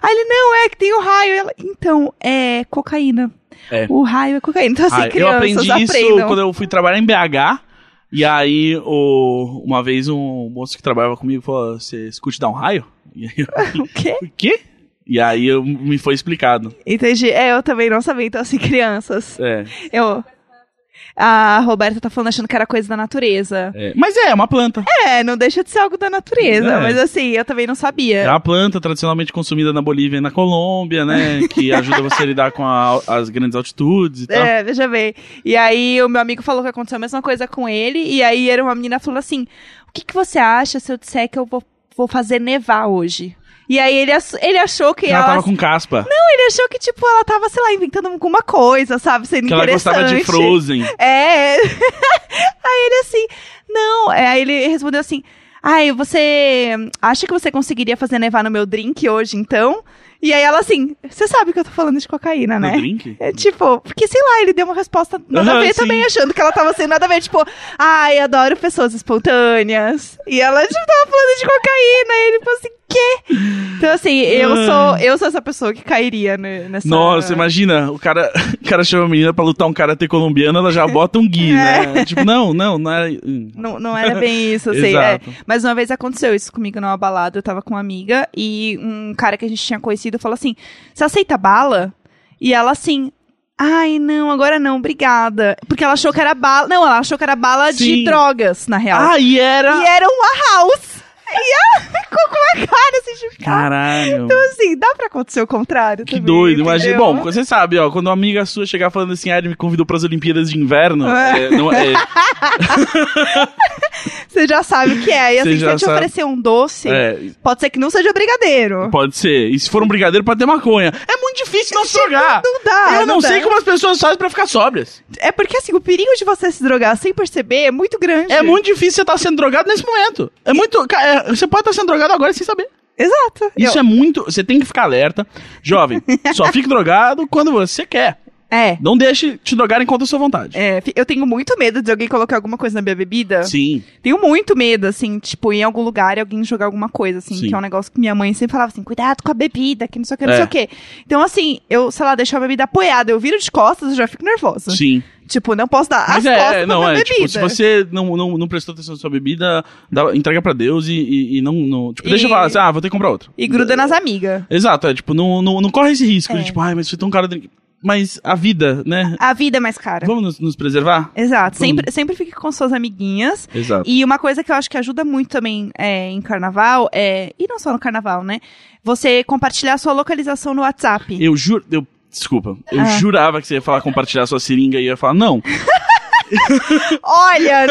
Aí ele, não, é que tem o raio. E ela, então, é cocaína. É. O raio é cocaína. Então, assim, Ah, eu crianças aprendi isso aprendam. quando eu fui trabalhar em BH. E aí, o- uma vez, um moço que trabalhava comigo falou: Você escute dar um raio? E aí, eu, O quê? o quê? E aí eu, me foi explicado. Entendi. É, eu também não sabia. Então, assim, crianças. É, Eu... A Roberta tá falando achando que era coisa da natureza. é. Mas é, é uma planta. É, não deixa de ser algo da natureza. É. Mas, assim, eu também não É. sabia. uma planta tradicionalmente consumida na Bolívia e na Colômbia, né? Que ajuda você a lidar com a- as grandes altitudes e tal. É, veja bem. E aí o meu amigo falou que aconteceu a mesma coisa com ele. E aí era uma menina falando assim: O que, que você acha se eu disser que eu vou, vou fazer nevar hoje? E aí ele, ass- ele achou que Que ela ela. tava com caspa. Ele achou que, tipo, ela tava, sei lá, inventando alguma coisa, sabe? Sendo que ela interessante. gostava de Frozen. É. aí ele assim, não. É, Aí ele respondeu assim: Ai, você acha que você conseguiria fazer nevar no meu drink hoje, então? E aí ela assim, você sabe que eu tô falando de cocaína, No né? drink? É, tipo, porque sei lá, ele deu uma resposta nada a Aham, ver sim. também, achando que ela tava sendo nada a ver, tipo, ai, adoro pessoas espontâneas. E ela, tipo, tava falando de cocaína, e ele falou assim, quê? Então, assim, eu Ai. sou, eu sou essa pessoa que cairia né, nessa. Ah. Nossa, imagina, o cara, o cara chama a menina pra lutar um karatê colombiano, ela já bota um gui, né? Tipo, não, não, não é. hum. Não, não era bem isso, assim. é. Exato. Mas uma vez aconteceu isso comigo numa balada. Eu tava com uma amiga e um cara que a gente tinha conhecido falou assim: Você aceita bala? E ela assim. Ai, não, agora não, obrigada. Porque ela achou que era bala. Não, ela achou que era bala de Sim. drogas, na real. Ah, e E é era. era uma house. E ela ficou com uma cara assim, tipo, Caralho. então, assim, dá pra acontecer o contrário Que também, doido, imagina. entendeu? Bom, você sabe, ó, quando uma amiga sua chegar falando assim, ah, ele me convidou pras Olimpíadas de Inverno, É. é, não, é, Você já sabe o que é. E assim, Você se já eu te sabe. oferecer um doce, é, pode ser que não seja brigadeiro. pode ser. E se for um brigadeiro, pode ter maconha. É muito difícil não se drogar. Não dá. Eu não dá. sei como as pessoas fazem pra ficar sóbrias. É porque, assim, o perigo de você se drogar sem perceber é muito grande. É muito difícil você estar sendo drogado nesse momento. É muito. ca- é, você pode estar sendo drogado agora sem saber. Exato. Isso Eu- é muito. Você tem que ficar alerta. Jovem, só fique drogado quando você quer. é... Não deixe te drogar contra a sua vontade. é, fi- eu tenho muito medo de alguém colocar alguma coisa na minha bebida. Sim. Tenho muito medo, assim, tipo, ir em algum lugar e alguém jogar alguma coisa, assim, Sim. que é um negócio que minha mãe sempre falava assim, cuidado com a bebida, que não sei o que, não É. sei o que. Então, assim, eu, sei lá, deixo a bebida apoiada, eu viro de costas, eu já fico nervosa. Sim. Tipo, não posso dar as Mas costas é, é, não, pra é. bebida. Tipo, se você não, não, não prestou atenção na sua bebida, dá- entrega pra Deus e, e- e não, não- Tipo, deixa E- eu falar assim, ah, vou ter que comprar outro. E gruda nas amigas. Exato, é. Tipo, não, não, não corre esse risco É. de, tipo, ai, mas foi tão caro. Mas a vida, né? A vida é mais cara. Vamos nos, nos preservar? Exato. Vamos. Sempre, sempre fique com suas amiguinhas. Exato. E uma coisa que eu acho que ajuda muito também é, em carnaval é. E não só no carnaval, né? Você compartilhar a sua localização no WhatsApp. Eu juro. Eu, desculpa. Eu Ah. jurava que você ia falar compartilhar sua seringa e eu ia falar, não. Olha!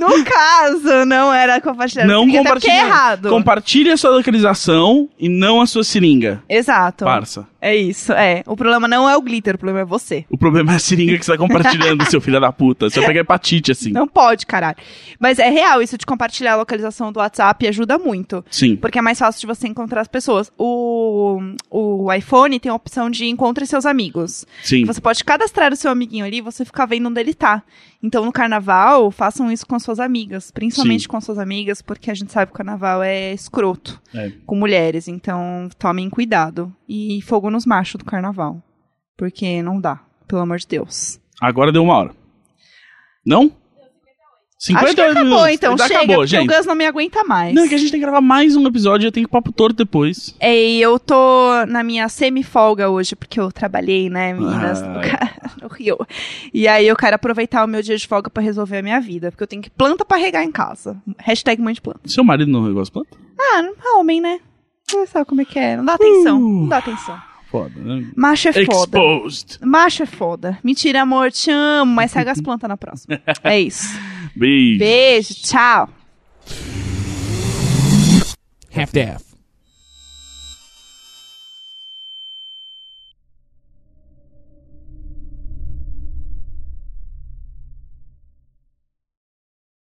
no caso, não era compartilhar. Não porque até Porque compartilhe. é errado. Compartilhe a sua localização e não a sua seringa. Exato. Parça. É isso, é. O problema não é o glitter, o problema é você. O problema é a seringa que você tá compartilhando, seu filho da puta. Você pega hepatite, assim. Não pode, caralho. Mas é real, isso de compartilhar a localização do WhatsApp ajuda muito. Sim. Porque é mais fácil de você encontrar as pessoas. O, o iPhone tem a opção de encontre seus amigos. Sim. Você pode cadastrar o seu amiguinho ali e você ficar vendo onde ele tá. Então, no carnaval, façam isso com suas amigas. Principalmente Sim. com suas amigas, porque a gente sabe que o carnaval é escroto É. com mulheres. Então, tomem cuidado. E fogo nos machos do carnaval. Porque não dá, pelo amor de Deus. Agora deu uma hora. Não? Acho que 58 acabou, minutos. então. Já Chega, acabou, porque gente. o Gus não me aguenta mais. Não, é que a gente tem que gravar mais um episódio, eu tenho papo torto depois. É, e eu tô na minha semi-folga hoje, porque eu trabalhei, né, meninas, no, Ai. ca- no Rio. E aí eu quero aproveitar o meu dia de folga pra resolver a minha vida, porque eu tenho que planta pra regar em casa. Hashtag mãe de planta. Seu marido não regou as plantas? Ah, não é homem, né? Você sabe como é que é. Não dá atenção, não dá atenção. Foda, né? Macho é foda. Exposed. Macho é foda. Mentira, amor, te amo, mas rega as plantas na próxima. É isso. Beijo. Beijo, tchau. Half-Death.